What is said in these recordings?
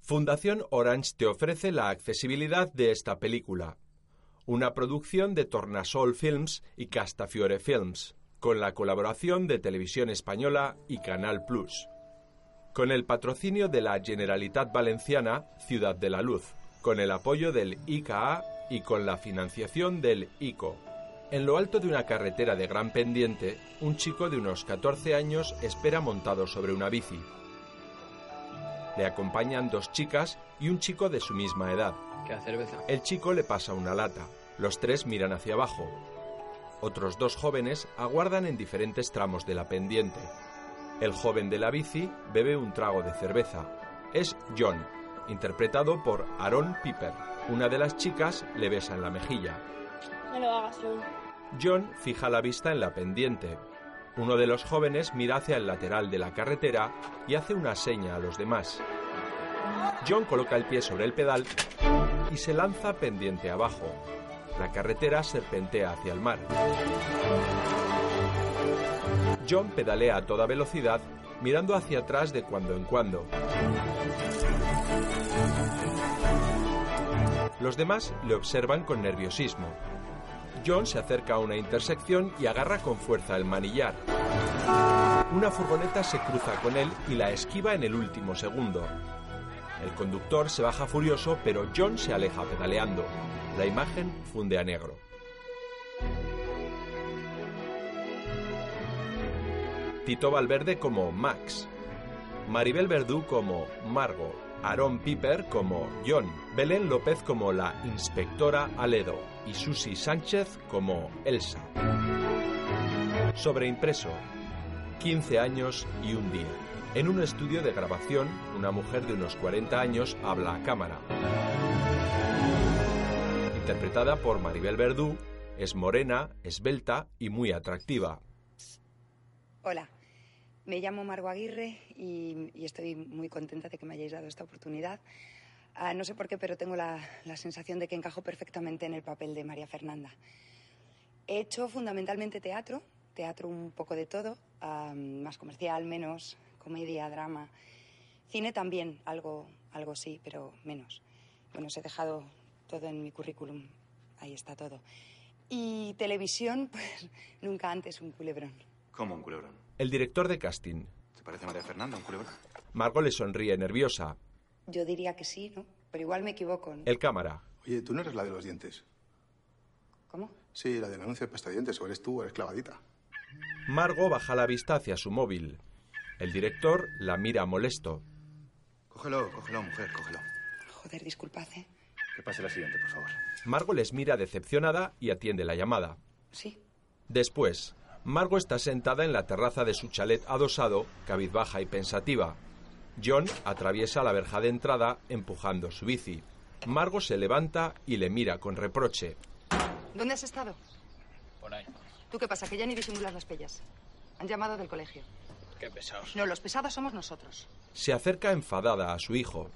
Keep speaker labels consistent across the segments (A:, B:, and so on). A: Fundación Orange te ofrece la accesibilidad de esta película, una producción de Tornasol Films y Castafiore Films, con la colaboración de Televisión Española y Canal Plus, con el patrocinio de la Generalitat Valenciana Ciudad de la Luz, con el apoyo del IKA y con la financiación del ICO. En lo alto de una carretera de gran pendiente, un chico de unos 14 años espera montado sobre una bici. Le acompañan dos chicas y un chico de su misma edad.
B: ¿Qué cerveza?
A: El chico le pasa una lata. Los tres miran hacia abajo. Otros dos jóvenes aguardan en diferentes tramos de la pendiente. El joven de la bici bebe un trago de cerveza. Es John, interpretado por Aaron Piper. Una de las chicas le besa en la mejilla.
C: No lo hagas, John.
A: John fija la vista en la pendiente. Uno de los jóvenes mira hacia el lateral de la carretera y hace una seña a los demás. John coloca el pie sobre el pedal y se lanza pendiente abajo. La carretera serpentea hacia el mar. John pedalea a toda velocidad, mirando hacia atrás de cuando en cuando. Los demás le observan con nerviosismo. John se acerca a una intersección y agarra con fuerza el manillar. Una furgoneta se cruza con él y la esquiva en el último segundo. El conductor se baja furioso, pero John se aleja pedaleando. La imagen funde a negro. Tito Valverde como Max. Maribel Verdú como Margo. Aaron Piper como John. Belén López como la inspectora Aledo. Y Susi Sánchez como Elsa. Sobreimpreso. 15 años y un día. En un estudio de grabación, una mujer de unos 40 años habla a cámara. Interpretada por Maribel Verdú, es morena, esbelta y muy atractiva.
D: Hola, me llamo Margo Aguirre y, y estoy muy contenta de que me hayáis dado esta oportunidad. Ah, no sé por qué, pero tengo la, la sensación de que encajo perfectamente en el papel de María Fernanda. He hecho fundamentalmente teatro, teatro un poco de todo, ah, más comercial, menos, comedia, drama. Cine también, algo, algo sí, pero menos. Bueno, os he dejado todo en mi currículum. Ahí está todo. Y televisión, pues nunca antes un culebrón.
E: ¿Cómo un culebrón?
A: El director de casting.
E: ¿Te parece María Fernanda un culebrón?
A: Margot le sonríe nerviosa.
D: Yo diría que sí, ¿no? Pero igual me equivoco, ¿no?
A: El cámara.
F: Oye, tú no eres la de los dientes.
D: ¿Cómo?
F: Sí, la del anuncio de pasta de dientes. O eres tú o eres clavadita.
A: Margot baja la vista hacia su móvil. El director la mira molesto.
E: Cógelo, cógelo, mujer, cógelo.
D: Joder, disculpad, ¿eh?
E: Que pase la siguiente, por favor.
A: Margo les mira decepcionada y atiende la llamada.
D: Sí.
A: Después, Margo está sentada en la terraza de su chalet adosado, cabizbaja y pensativa. John atraviesa la verja de entrada empujando su bici. Margo se levanta y le mira con reproche.
D: ¿Dónde has estado?
B: Por ahí.
D: ¿Tú qué pasa? Que ya ni disimulas las pellas. Han llamado del colegio.
B: Qué pesados.
D: No, los pesados somos nosotros.
A: Se acerca enfadada a su hijo.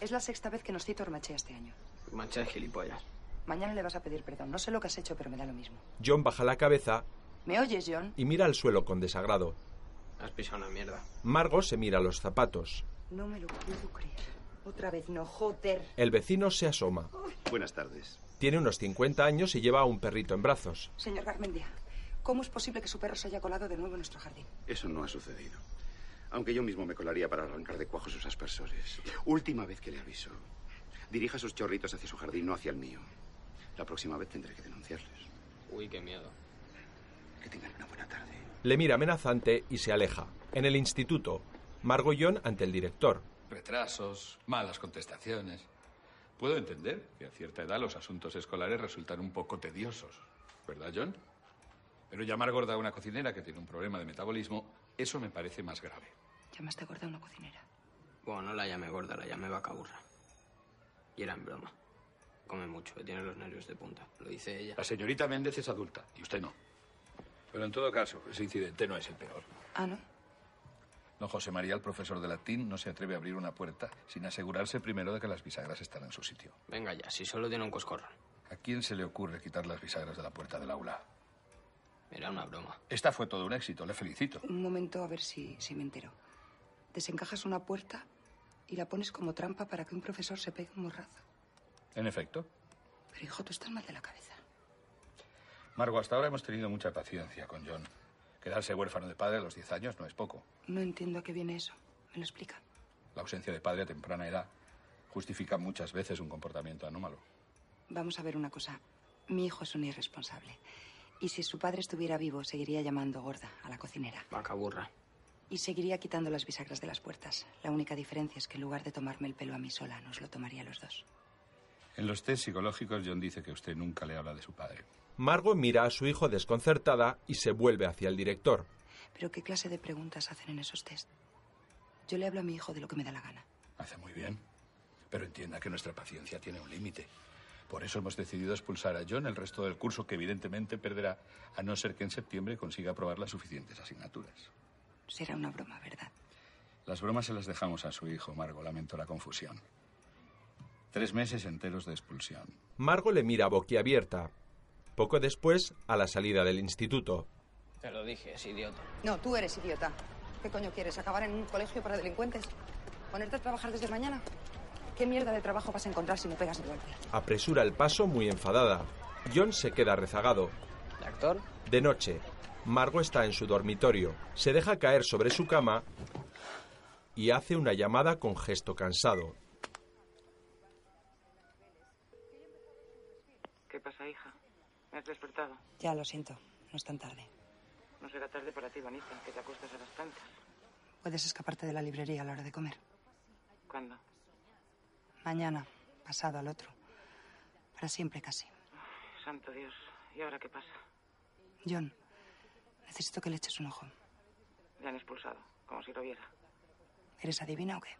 D: Es la sexta vez que nos cita Ormachea este año.
B: Mancha de gilipollas.
D: Mañana le vas a pedir perdón. No sé lo que has hecho, pero me da lo mismo.
A: John baja la cabeza
D: ¿Me oyes, John?
A: y mira al suelo con desagrado.
B: Has pisado una mierda.
A: Margo se mira los zapatos.
D: No me lo puedo creer. Otra vez no, joder.
A: El vecino se asoma.
E: Buenas tardes.
A: Tiene unos 50 años y lleva a un perrito en brazos.
D: Señor Garmendia, ¿cómo es posible que su perro se haya colado de nuevo en nuestro jardín?
E: Eso no ha sucedido. Aunque yo mismo me colaría para arrancar de cuajo sus aspersores. Última vez que le aviso. Dirija sus chorritos hacia su jardín, no hacia el mío. La próxima vez tendré que denunciarles.
B: Uy, qué miedo.
E: Que tengan una buena tarde.
A: Le mira amenazante y se aleja. En el instituto, Margo y John ante el director.
G: retrasos, malas contestaciones. Puedo entender que a cierta edad los asuntos escolares resultan un poco tediosos, ¿verdad, John? Pero llamar gorda a una cocinera que tiene un problema de metabolismo, eso me parece más grave.
D: Llamaste gorda a una cocinera.
B: Bueno, no la llame gorda, la llame vacaburra. Y era en broma. Come mucho, que tiene los nervios de punta. Lo dice ella.
G: La señorita Méndez es adulta y usted no. Pero en todo caso, ese incidente no es el peor.
D: Ah, ¿no?
G: Don José María, el profesor de latín, no se atreve a abrir una puerta sin asegurarse primero de que las bisagras están en su sitio.
B: Venga ya, si solo tiene un coscorrón.
G: ¿A quién se le ocurre quitar las bisagras de la puerta del aula?
B: Era una broma.
G: Esta fue todo un éxito, le felicito.
D: Un momento a ver si, si me entero. Desencajas una puerta y la pones como trampa para que un profesor se pegue un morrazo.
G: En efecto.
D: Pero hijo, tú estás mal de la cabeza.
G: Margo, hasta ahora hemos tenido mucha paciencia con John. Quedarse huérfano de padre a los 10 años no es poco.
D: No entiendo a qué viene eso. ¿Me lo explica?
G: La ausencia de padre a temprana edad justifica muchas veces un comportamiento anómalo.
D: Vamos a ver una cosa. Mi hijo es un irresponsable. Y si su padre estuviera vivo, seguiría llamando gorda a la cocinera.
B: Vacaburra.
D: Y seguiría quitando las bisagras de las puertas. La única diferencia es que en lugar de tomarme el pelo a mí sola, nos lo tomaría a los dos.
G: En los test psicológicos, John dice que usted nunca le habla de su padre.
A: Margo mira a su hijo desconcertada y se vuelve hacia el director.
D: Pero ¿qué clase de preguntas hacen en esos test? Yo le hablo a mi hijo de lo que me da la gana.
G: Hace muy bien. Pero entienda que nuestra paciencia tiene un límite. Por eso hemos decidido expulsar a John el resto del curso, que evidentemente perderá, a no ser que en septiembre consiga aprobar las suficientes asignaturas.
D: Será una broma, ¿verdad?
G: Las bromas se las dejamos a su hijo, Margo. Lamento la confusión. Tres meses enteros de expulsión.
A: Margo le mira boquiabierta. Poco después, a la salida del instituto.
B: Te lo dije, es idiota.
D: No, tú eres idiota. ¿Qué coño quieres? ¿Acabar en un colegio para delincuentes? ¿Ponerte a trabajar desde mañana? ¿Qué mierda de trabajo vas a encontrar si me pegas de golpe?
A: Apresura el paso muy enfadada. John se queda rezagado.
B: ¿De actor?
A: De noche, Margo está en su dormitorio, se deja caer sobre su cama y hace una llamada con gesto cansado.
H: ¿Qué pasa, hija? ¿Me has despertado?
D: Ya lo siento, no es tan tarde.
H: No será tarde para ti, Vanita, que te acuestas a las tantas.
D: Puedes escaparte de la librería a la hora de comer.
H: ¿Cuándo?
D: Mañana, pasado al otro. Para siempre casi.
H: Santo Dios, ¿y ahora qué pasa?
D: John, necesito que le eches un ojo.
H: Le han expulsado, como si lo viera.
D: ¿Eres adivina o qué?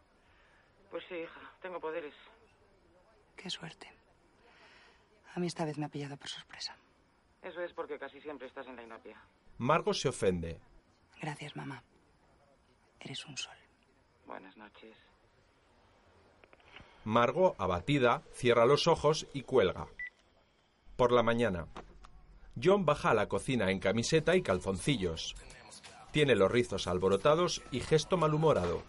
H: Pues sí, hija, tengo poderes.
D: Qué suerte. A mí esta vez me ha pillado por sorpresa.
H: Eso es porque casi siempre estás en la inapia.
A: Margo se ofende.
D: Gracias, mamá. Eres un sol.
H: Buenas noches.
A: Margo, abatida, cierra los ojos y cuelga. Por la mañana. John baja a la cocina en camiseta y calzoncillos. Tiene los rizos alborotados y gesto malhumorado.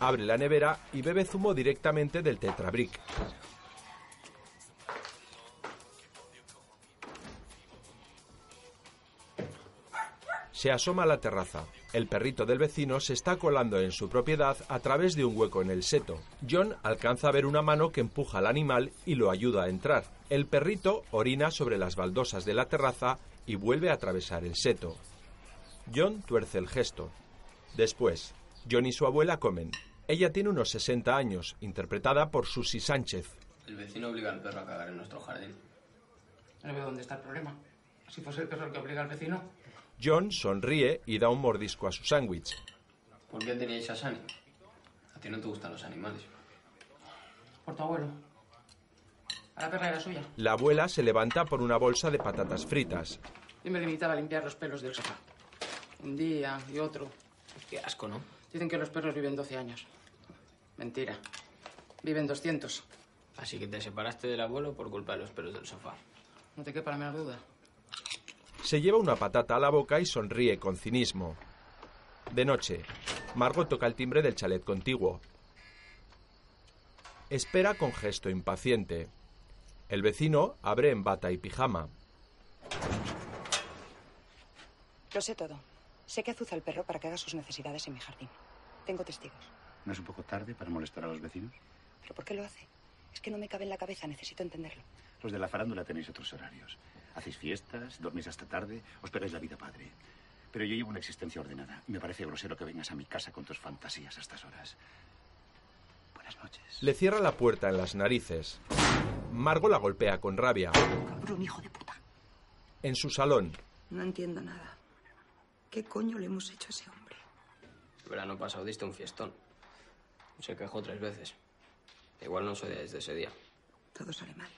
A: Abre la nevera y bebe zumo directamente del tetrabric. Se asoma a la terraza. El perrito del vecino se está colando en su propiedad a través de un hueco en el seto. John alcanza a ver una mano que empuja al animal y lo ayuda a entrar. El perrito orina sobre las baldosas de la terraza y vuelve a atravesar el seto. John tuerce el gesto. Después, John y su abuela comen. Ella tiene unos 60 años, interpretada por Susi Sánchez.
B: El vecino obliga al perro a cagar en nuestro jardín.
H: No veo dónde está el problema. Si fuese el perro el que obliga al vecino.
A: John sonríe y da un mordisco a su sándwich.
B: ¿Por qué teníais a Sani? A ti no te gustan los animales.
H: Por tu abuelo. A la perra era suya.
A: La abuela se levanta por una bolsa de patatas fritas.
H: Yo me limitaba a limpiar los pelos del sofá. Un día y otro.
B: Qué asco, ¿no?
H: Dicen que los perros viven 12 años. Mentira. Viven 200.
B: Así que te separaste del abuelo por culpa de los pelos del sofá.
H: No te quepa la menor duda.
A: Se lleva una patata a la boca y sonríe con cinismo. De noche, Margot toca el timbre del chalet contiguo. Espera con gesto impaciente. El vecino abre en bata y pijama.
D: Lo sé todo. Sé que azuza al perro para que haga sus necesidades en mi jardín. Tengo testigos.
E: ¿No es un poco tarde para molestar a los vecinos?
D: ¿Pero por qué lo hace? Es que no me cabe en la cabeza, necesito entenderlo.
E: Los de la farándula tenéis otros horarios. Hacéis fiestas, dormís hasta tarde, os pegáis la vida padre. Pero yo llevo una existencia ordenada. Me parece grosero que vengas a mi casa con tus fantasías a estas horas. Buenas noches.
A: Le cierra la puerta en las narices. Margo la golpea con rabia.
D: Cabrón, hijo de puta.
A: En su salón,
D: No entiendo nada. ¿Qué coño le hemos hecho a ese hombre?
B: El verano pasado diste un fiestón. Se quejó tres veces. Igual no soy desde ese día.
D: Todo sale mal.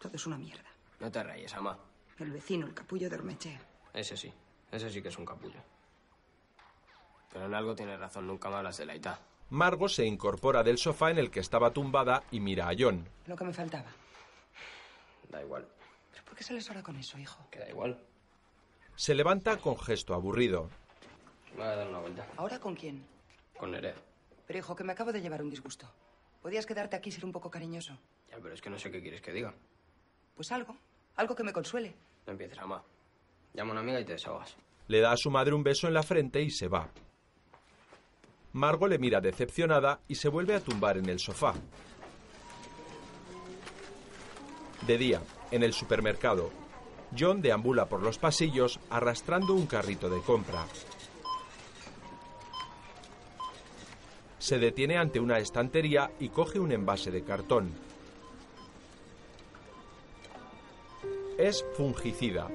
D: Todo es una mierda.
B: No te rayes, ama.
D: El vecino, el capullo de Ormechea.
B: Ese sí. Ese sí que es un capullo. Pero en algo tienes razón. Nunca me hablas de la Itá.
A: Margo se incorpora del sofá en el que estaba tumbada y mira a John.
D: Lo que me faltaba.
B: Da igual.
D: ¿Pero por qué sales ahora con eso, hijo?
B: Que da igual.
A: Se levanta con gesto aburrido.
B: Me voy a dar una vuelta.
D: ¿Ahora con quién?
B: Con Nerea.
D: Pero hijo, que me acabo de llevar un disgusto. Podías quedarte aquí y ser un poco cariñoso.
B: Ya, pero es que no sé qué quieres que diga.
D: Pues algo, algo que me consuele.
B: No empieces, mamá. Llama a una amiga y te desahogas.
A: Le da a su madre un beso en la frente y se va. Margo le mira decepcionada y se vuelve a tumbar en el sofá. De día, en el supermercado, John deambula por los pasillos arrastrando un carrito de compra. Se detiene ante una estantería y coge un envase de cartón. Es fungicida.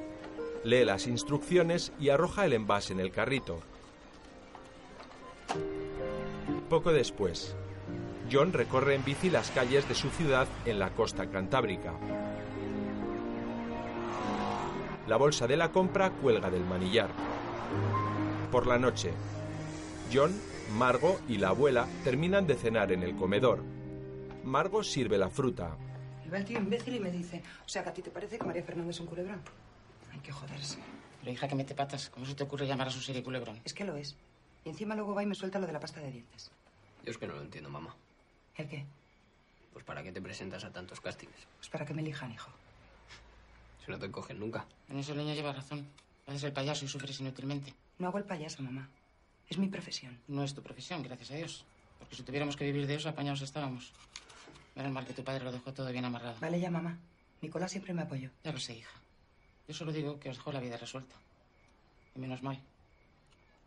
A: Lee las instrucciones y arroja el envase en el carrito. Poco después, John recorre en bici las calles de su ciudad en la costa cantábrica. La bolsa de la compra cuelga del manillar. Por la noche, John, Margo y la abuela terminan de cenar en el comedor. Margo sirve la fruta.
D: Y va el tío imbécil y me dice, o sea, que a ti te parece que María Fernández es un culebrón. Hay que joderse.
H: Pero hija, que mete patas. ¿Cómo se te ocurre llamar a su serie culebrón?
D: Es que lo es. Y encima luego va y me suelta lo de la pasta de dientes.
B: Yo es que no lo entiendo, mamá.
D: ¿El qué?
B: Pues para qué te presentas a tantos castings.
D: Pues para que me elijan, hijo.
B: Si no te cogen nunca.
H: En eso el niño lleva razón. Haces el payaso y sufres inútilmente.
D: No hago el payaso, mamá. Es mi profesión.
H: No es tu profesión, gracias a Dios. Porque si tuviéramos que vivir de eso, apañados estábamos. Menos mal que tu padre lo dejó todo bien amarrado.
D: Vale ya, mamá. Nicolás siempre me apoyó.
H: Ya lo sé, hija. Yo solo digo que os dejó la vida resuelta. Y menos mal.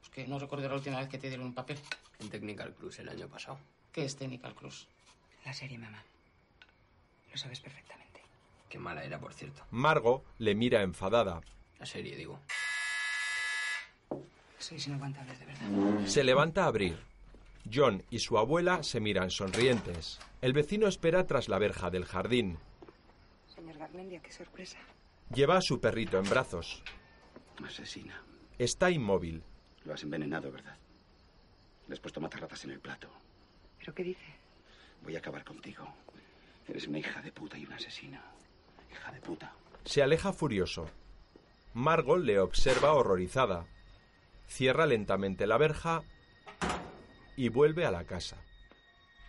H: Pues que no recuerdo la última vez que te dieron un papel.
B: En Technical Cruz el año pasado.
H: ¿Qué es Technical Cruz?
D: La serie, mamá. Lo sabes perfectamente.
B: Qué mala era, por cierto.
A: Margo le mira enfadada.
B: La serie, digo.
D: Sois inaguantables, de verdad.
A: Se levanta a abrir. John y su abuela se miran sonrientes. El vecino espera tras la verja del jardín.
D: Señor Garmendia, qué sorpresa.
A: Lleva a su perrito en brazos.
E: Asesina.
A: Está inmóvil.
E: Lo has envenenado, ¿verdad? Le has puesto matarratas en el plato.
D: ¿Pero qué dice?
E: Voy a acabar contigo. Eres una hija de puta y una asesina. Hija de puta.
A: Se aleja furioso. Margot le observa horrorizada. Cierra lentamente la verja y vuelve a la casa.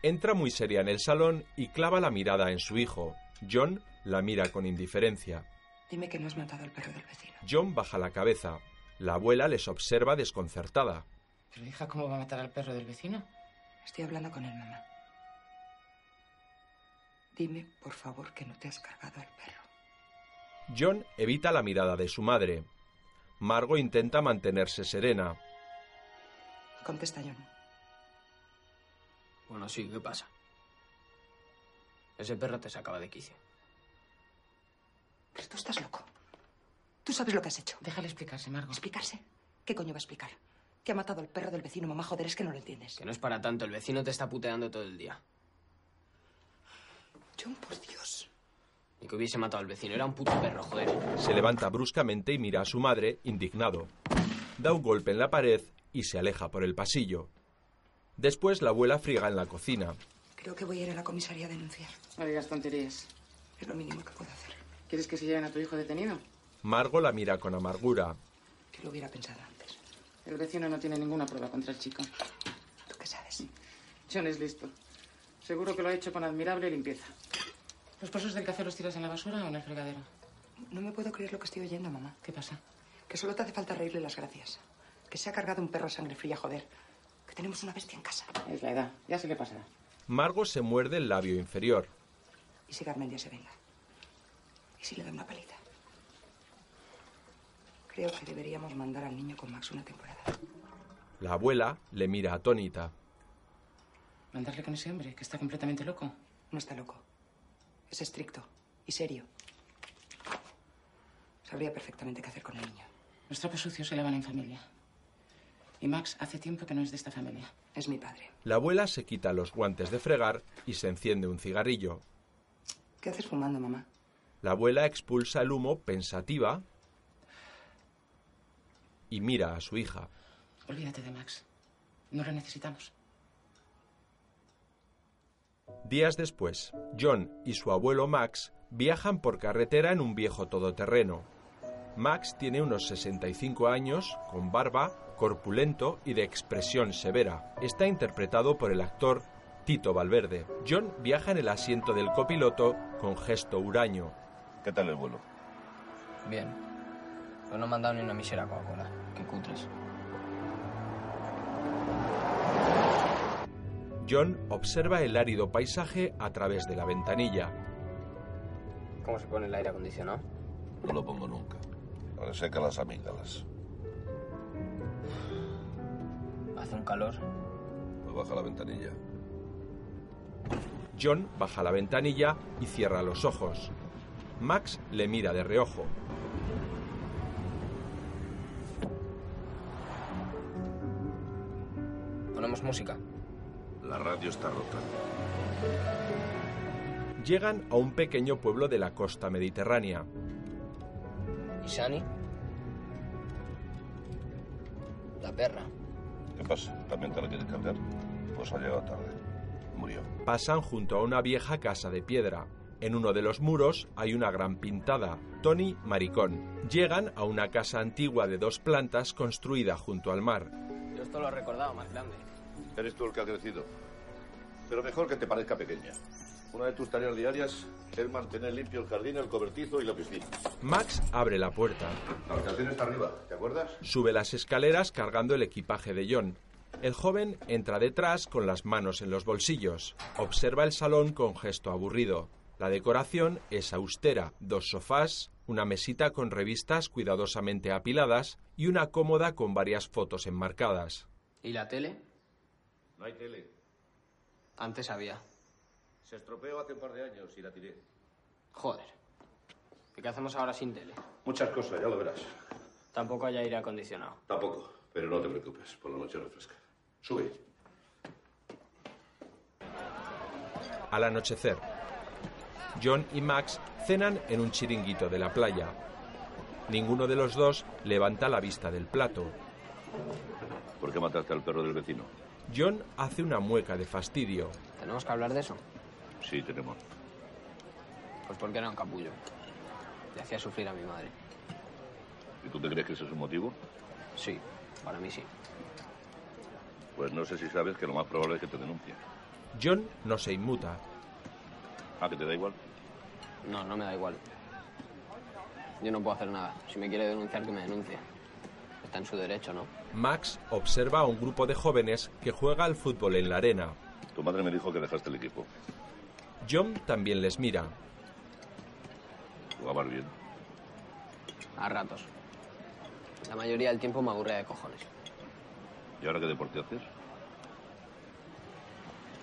A: Entra muy seria en el salón y clava la mirada en su hijo. John la mira con indiferencia.
D: Dime que no has matado al perro del vecino.
A: John baja la cabeza. La abuela les observa desconcertada.
H: Pero hija, ¿cómo va a matar al perro del vecino?
D: Estoy hablando con él, mamá. Dime, por favor, que no te has cargado al perro.
A: John evita la mirada de su madre. Margo intenta mantenerse serena.
D: Contesta, John.
B: Bueno, sí, ¿qué pasa? Ese perro te sacaba de quicio.
D: Pero tú estás loco. Tú sabes lo que has hecho.
H: Déjale explicarse, Margo.
D: ¿Explicarse? ¿Qué coño va a explicar? Que ha matado al perro del vecino, mamá. Joder, es que no lo entiendes.
B: Que no es para tanto, el vecino te está puteando todo el día.
D: John, por Dios.
B: Ni que hubiese matado al vecino, era un puto perro, joder.
A: Se levanta bruscamente y mira a su madre, indignado. Da un golpe en la pared y se aleja por el pasillo. Después la abuela friega en la cocina.
D: Creo que voy a ir a la comisaría a denunciar.
H: No digas tonterías.
D: Es lo mínimo que puedo hacer.
H: ¿Quieres que se lleven a tu hijo detenido?
A: Margo la mira con amargura.
D: Que lo hubiera pensado antes.
H: El vecino no tiene ninguna prueba contra el chico.
D: ¿Tú qué sabes?
H: John es listo. Seguro que lo ha hecho con admirable limpieza. ¿Los pozos del café los tiras en la basura o en el fregadero?
D: No me puedo creer lo que estoy oyendo, mamá.
H: ¿Qué pasa?
D: Que solo te hace falta reírle las gracias. Que se ha cargado un perro a sangre fría, joder. Que tenemos una bestia en casa.
H: Es la edad. Ya se le pasará.
A: Margo se muerde el labio inferior.
D: ¿Y si Garmendia se venga? ¿Y si le da una paliza? Creo que deberíamos mandar al niño con Max una temporada.
A: La abuela le mira atónita.
H: ¿Mandarle con ese hombre, que está completamente loco?
D: No está loco. Es estricto y serio. Sabría perfectamente qué hacer con el niño.
H: Los trapos sucios se lavan en familia. Y Max hace tiempo que no es de esta familia.
D: Es mi padre.
A: La abuela se quita los guantes de fregar y se enciende un cigarrillo.
D: ¿Qué haces fumando, mamá?
A: La abuela expulsa el humo pensativa y mira a su hija.
H: Olvídate de Max. No lo necesitamos.
A: Días después, John y su abuelo Max viajan por carretera en un viejo todoterreno. Max tiene unos 65 años, con barba, corpulento y de expresión severa. Está interpretado por el actor Tito Valverde. John viaja en el asiento del copiloto con gesto huraño.
I: ¿Qué tal el vuelo?
B: Bien. Pero no me han dado ni una misera Coca-Cola. Qué cutres.
A: John observa el árido paisaje a través de la ventanilla.
B: ¿Cómo se pone el aire acondicionado?
I: No lo pongo nunca. Reseca las amígdalas.
B: Hace un calor.
I: Me Pues baja la ventanilla.
A: John baja la ventanilla y cierra los ojos. Max le mira de reojo.
B: Ponemos música.
I: La radio está rota.
A: Llegan a un pequeño pueblo de la costa mediterránea.
B: ¿Y Shani? La perra.
I: ¿Qué pasa? ¿También te la quieres cambiar? Pues ha llegado tarde. Murió.
A: Pasan junto a una vieja casa de piedra. En uno de los muros hay una gran pintada, Tony Maricón. Llegan a una casa antigua de dos plantas construida junto al mar.
B: Yo esto lo he recordado más grande.
I: Eres tú el que ha crecido. Pero mejor que te parezca pequeña. Una de tus tareas diarias es mantener limpio el jardín, el cobertizo y la piscina.
A: Max abre la puerta.
I: La habitación está arriba, ¿te acuerdas?
A: Sube las escaleras cargando el equipaje de John. El joven entra detrás con las manos en los bolsillos. Observa el salón con gesto aburrido. La decoración es austera, dos sofás, una mesita con revistas cuidadosamente apiladas y una cómoda con varias fotos enmarcadas.
B: ¿Y la tele?
I: No hay tele.
B: Antes había.
I: Se estropeó hace un par de años y la tiré.
B: Joder. ¿Y qué hacemos Pues ahora sin tele?
I: Muchas cosas, ya Pues lo verás.
B: Tampoco hay aire acondicionado.
I: Tampoco, pero no te preocupes, por la noche refresca. Sube.
A: Al anochecer, John y Max cenan en un chiringuito de la playa. Ninguno de los dos levanta la vista del plato.
I: ¿Por qué mataste al perro del vecino?
A: John hace una mueca de fastidio.
B: ¿Tenemos que hablar de eso?
I: Sí, tenemos.
B: Pues porque era un capullo. Le hacía sufrir a mi madre.
I: ¿Y tú te crees que ese es un motivo?
B: Sí, para mí sí.
I: Pues no sé si sabes que lo más probable es que te denuncie.
A: John no se inmuta.
I: Ah, que te da igual.
B: No, no me da igual. Yo no puedo hacer nada. Si me quiere denunciar, que me denuncie. Está en su derecho, ¿no?
A: Max observa a un grupo de jóvenes que juega al fútbol en la arena.
I: Tu madre me dijo que dejaste el equipo.
A: John también les mira.
I: Jugabas bien.
B: A ratos. La mayoría del tiempo me aburre de cojones.
I: ¿Y ahora qué deporte haces?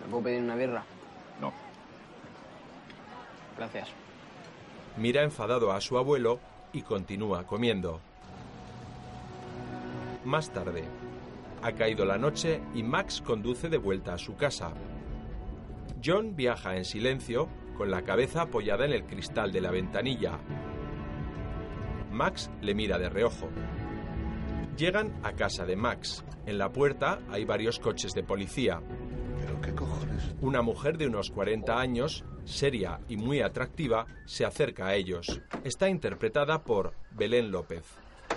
B: ¿Me puedo pedir una birra?
I: No.
B: Gracias.
A: Mira enfadado a su abuelo y continúa comiendo. Más tarde, ha caído la noche y Max conduce de vuelta a su casa. John viaja en silencio, con la cabeza apoyada en el cristal de la ventanilla. Max le mira de reojo. Llegan a casa de Max. En la puerta hay varios coches de policía.
I: ¿Pero qué cojones?
A: Una mujer de unos 40 años, seria y muy atractiva, se acerca a ellos. Está interpretada por Belén López.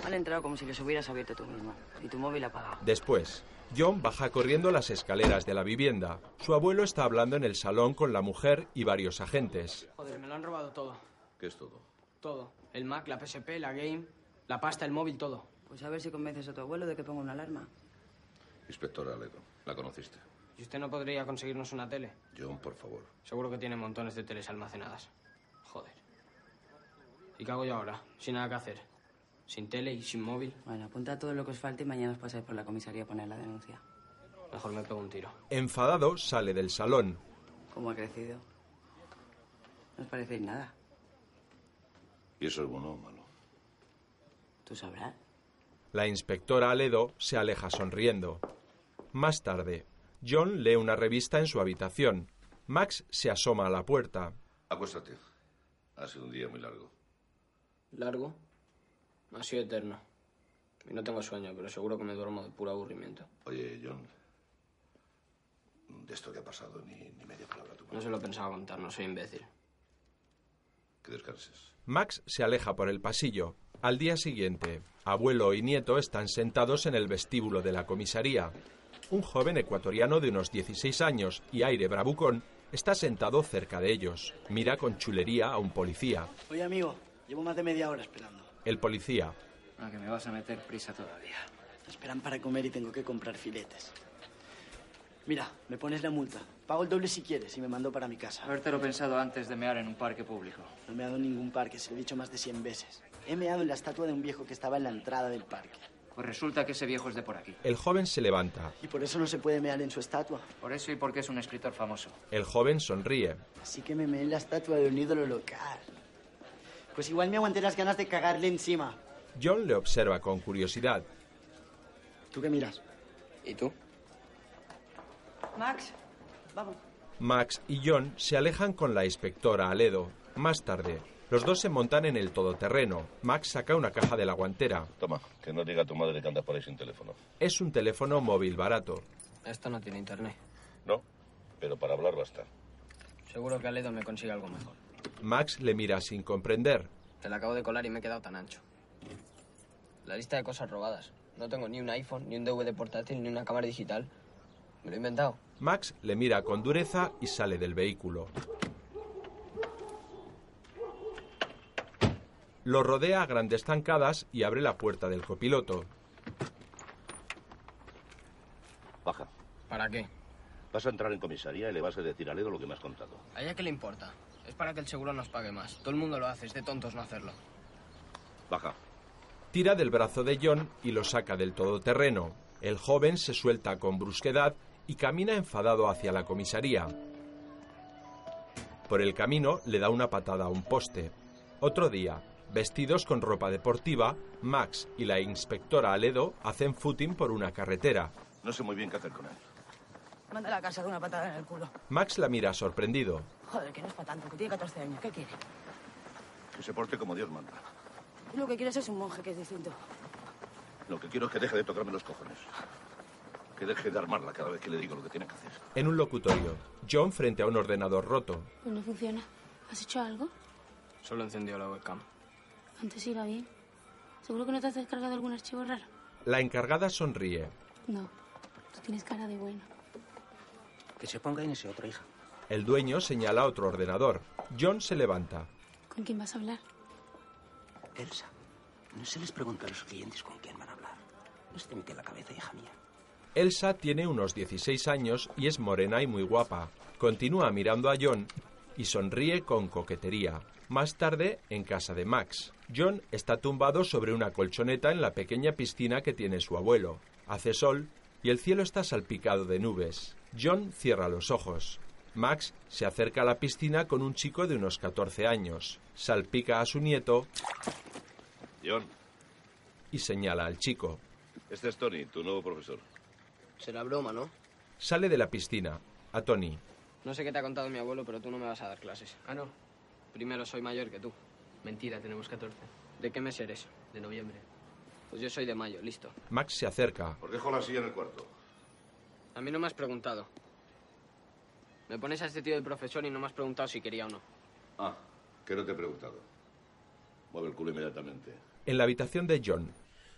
J: Han entrado como si les hubieras abierto tú mismo. Y tu móvil apagado.
A: Después, John baja corriendo las escaleras de la vivienda. Su abuelo está hablando en el salón con la mujer y varios agentes.
B: Joder, me lo han robado todo.
I: ¿Qué es todo?
B: Todo. El Mac, la PSP, la Game, la pasta, el móvil, todo.
J: Pues a ver si convences a tu abuelo de que ponga una alarma.
I: Inspectora Aledo, la conociste.
B: ¿Y usted no podría conseguirnos una tele?
I: John, por favor.
B: Seguro que tiene montones de teles almacenadas. Joder. ¿Y qué hago yo ahora? Sin nada que hacer. Sin tele y sin móvil.
J: Bueno, apunta todo lo que os falte y mañana os pasáis por la comisaría a poner la denuncia.
B: Mejor me pego un tiro.
A: Enfadado, sale del salón.
J: ¿Cómo ha crecido? No os parecéis nada.
I: ¿Y eso es bueno o malo?
J: Tú sabrás.
A: La inspectora Aledo se aleja sonriendo. Más tarde, John lee una revista en su habitación. Max se asoma a la puerta.
I: Acuéstate. Ha sido un día muy largo.
B: ¿Largo? Ha sido eterno. Y no tengo sueño, pero seguro que me duermo de puro aburrimiento.
I: Oye, John. De esto que ha pasado, ni, ni media palabra a tu
B: No
I: madre.
B: se lo pensaba contar, no soy imbécil.
I: Que descanses.
A: Max se aleja por el pasillo. Al día siguiente, abuelo y nieto están sentados en el vestíbulo de la comisaría. Un joven ecuatoriano de unos 16 años y aire bravucón está sentado cerca de ellos. Mira con chulería a un policía.
K: Oye, amigo, llevo más de media hora esperando.
A: El policía,
K: Ah, que me vas a meter prisa todavía. Esperan para comer y tengo que comprar filetes. Mira, me pones la multa. Pago el doble si quieres y me mando para mi casa.
J: Habértelo pensado antes de mear en un parque público.
K: No he meado en ningún parque, se lo he dicho más de 100 veces. He meado en la estatua de un viejo que estaba en la entrada del parque.
J: Pues resulta que ese viejo es de por aquí.
A: el joven se levanta.
K: Y por eso no se puede mear en su estatua.
J: Por eso y porque es un escritor famoso.
A: El joven sonríe.
K: Así que me meé en la estatua de un ídolo local. Pues igual me aguanté las ganas de cagarle encima.
A: John le observa con curiosidad.
K: ¿Tú qué miras?
B: ¿Y tú?
D: Max, vamos.
A: Max y John se alejan con la inspectora Aledo. Más tarde, los dos se montan en el todoterreno. Max saca una caja de la guantera.
I: Toma, que no diga a tu madre que andas por ahí sin teléfono.
A: Es un teléfono móvil barato.
B: Esto no tiene internet.
I: No, pero para hablar basta.
B: Seguro que Aledo me consigue algo mejor.
A: Max le mira sin comprender.
B: Te la acabo de colar y me he quedado tan ancho. La lista de cosas robadas. No tengo ni un iPhone, ni un DVD portátil, ni una cámara digital. Me lo he inventado.
A: Max le mira con dureza y sale del vehículo. Lo rodea a grandes zancadas y abre la puerta del copiloto.
I: Baja.
B: ¿Para qué?
I: Vas a entrar en comisaría y le vas a decir a Ledo lo que me has contado.
B: ¿A ella qué le importa? Es para que el seguro nos pague más. Todo el mundo lo hace, es de tontos no hacerlo.
I: Baja.
A: Tira del brazo de John y lo saca del todoterreno. El joven se suelta con brusquedad y camina enfadado hacia la comisaría. Por el camino le da una patada a un poste. Otro día, vestidos con ropa deportiva, Max y la inspectora Aledo hacen footing por una carretera.
I: No sé muy bien qué hacer con él.
L: Manda a la casa de una patada en el culo.
A: Max la mira sorprendido.
L: Joder, que no es para tanto, que tiene 14 años. ¿Qué quiere?
I: Que se porte como Dios manda.
L: Tú lo que quieres es un monje que es distinto.
I: Lo que quiero es que deje de tocarme los cojones. Que deje de armarla cada vez que le digo lo que tiene que hacer.
A: En un locutorio, John frente a un ordenador roto.
M: Pues no funciona. ¿Has hecho algo?
B: Solo encendió la webcam.
M: Antes iba bien. ¿Seguro que no te has descargado algún archivo raro?
A: La encargada sonríe.
M: No. Tú tienes cara de bueno.
A: Que se ponga en ese otro, hija. El dueño señala otro ordenador. John se levanta.
M: ¿Con quién vas a hablar?
N: Elsa, no se les pregunta a los clientes con quién van a hablar. No se te mete en la cabeza, hija mía.
A: Elsa tiene unos 16 años y es morena y muy guapa. Continúa mirando a John y sonríe con coquetería. Más tarde, en casa de Max, John está tumbado sobre una colchoneta en la pequeña piscina que tiene su abuelo. Hace sol y el cielo está salpicado de nubes. John cierra los ojos. Max se acerca a la piscina con un chico de unos 14 años. Salpica a su nieto
I: John,
A: y señala al chico.
I: este es Tony, tu nuevo profesor.
B: Será broma, ¿no?
A: Sale de la piscina. A Tony.
B: No sé qué te ha contado mi abuelo, pero tú no me vas a dar clases. Ah, no. Primero soy mayor que tú. Mentira, tenemos 14. ¿De qué mes eres? De noviembre. Pues yo soy de mayo, listo.
A: Max se acerca.
I: Os dejo la silla en el cuarto.
B: A mí no me has preguntado. Me pones a este tío de profesor y no me has preguntado si quería o no.
I: Ah, que no te he preguntado. Mueve el culo inmediatamente.
A: En la habitación de John,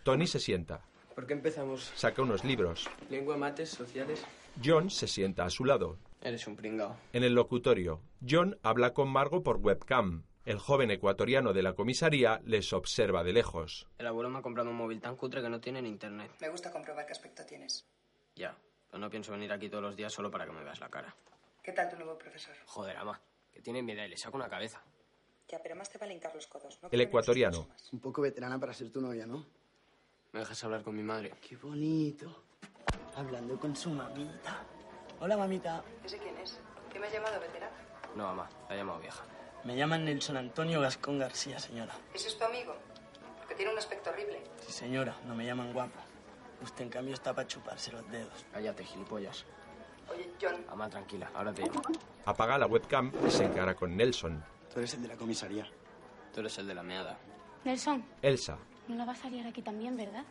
A: Tony se sienta.
B: ¿Por qué empezamos?
A: Saca unos libros.
B: Lengua, mates, sociales.
A: John se sienta a su lado.
B: Eres un pringao.
A: En el locutorio, John habla con Margo por webcam. El joven ecuatoriano de la comisaría les observa de lejos.
B: El abuelo me ha comprado un móvil tan cutre que no tiene ni internet.
D: Me gusta comprobar qué aspecto tienes.
B: Ya, pero no pienso venir aquí todos los días solo para que me veas la cara.
D: ¿Qué tal tu nuevo profesor?
B: Joder, ama, que tiene miedo y le saco una cabeza.
D: Ya, pero más te vale hincar los codos. ¿no?
A: El ecuatoriano.
K: Un poco veterana para ser tu novia, ¿no?
B: ¿Me dejas hablar con mi madre?
K: Qué bonito. Hablando con su mamita. Hola, mamita.
D: ¿Ese quién es? ¿Qué me has llamado veterano?
B: No, ama, la he llamado vieja.
K: Me llaman Nelson Antonio Gascón García, señora.
D: ¿Ese es tu amigo? Porque tiene un aspecto horrible.
K: Sí, señora, no me llaman guapo. Usted, en cambio, está para chuparse los dedos.
B: Cállate, gilipollas.
D: Oye, John.
B: Ama, tranquila, ahora te llamo.
A: Apaga la webcam y se encara con Nelson.
K: Tú eres el de la comisaría.
B: Tú eres el de la meada.
M: Nelson,
A: Elsa.
M: no la vas a liar aquí también, ¿verdad?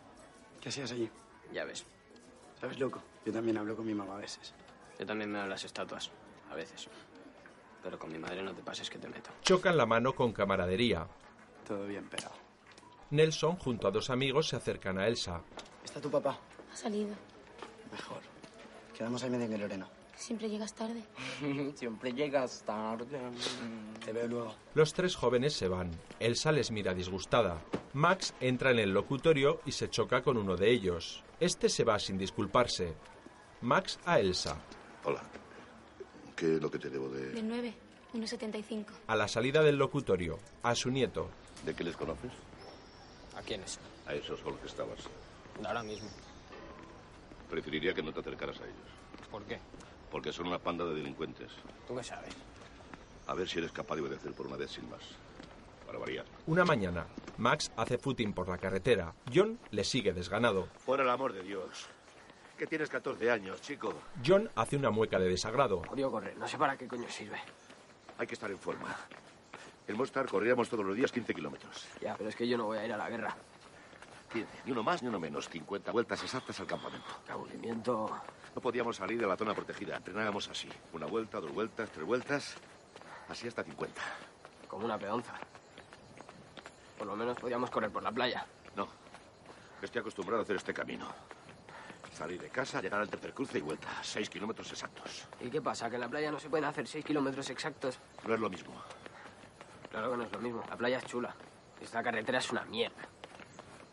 K: ¿Qué hacías allí?
B: Ya ves.
K: ¿Sabes, loco? Yo también hablo con mi mamá a veces.
B: Yo también me veo las estatuas, a veces. Pero con mi madre no te pases que te meto.
A: Chocan la mano con camaradería.
K: Todo bien, pero...
A: Nelson junto a dos amigos se acercan a Elsa.
K: Está tu papá.
M: Ha salido.
K: Mejor. Quedamos a medio en el Lorena.
M: Siempre llegas tarde.
K: Siempre llegas tarde. Te veo luego.
A: Los tres jóvenes se van. Elsa les mira disgustada. Max entra en el locutorio y se choca con uno de ellos. Este se va sin disculparse. Max a Elsa.
I: Hola. ¿Qué es lo que te debo de...?
M: Del 9, 1,75.
A: A la salida del locutorio, a su nieto.
I: ¿De qué les conoces?
B: ¿A quiénes?
I: A esos con los que estabas.
B: Ahora mismo.
I: Preferiría que no te acercaras a ellos.
B: ¿Por qué?
I: Porque son una panda de delincuentes.
B: ¿Tú qué sabes?
I: A ver si eres capaz de obedecer por una vez sin más. Para variar.
A: Una mañana, Max hace footing por la carretera. John le sigue desganado.
O: Por el amor de Dios. Que tienes 14 años, chico.
A: John hace una mueca de desagrado.
B: Odio correr. No sé para qué coño sirve.
O: Hay que estar en forma. En Mostar corríamos todos los días 15 kilómetros.
B: Ya, pero es que yo no voy a ir a la guerra.
O: 15, ni uno más ni uno menos. 50 vueltas exactas al campamento.
B: Aburrimiento.
O: No podíamos salir de la zona protegida. Entrenábamos así. Una vuelta, dos vueltas, tres vueltas. Así hasta 50.
B: Como una peonza. Por lo menos podíamos correr por la playa.
O: No. Estoy acostumbrado a hacer este camino. Salir de casa, llegar al tercer cruce y vuelta. Seis kilómetros exactos.
B: ¿Y qué pasa? ¿Que en la playa no se pueden hacer seis kilómetros exactos?
O: No es lo mismo.
B: Claro que no es lo mismo. La playa es chula. Esta carretera es una mierda.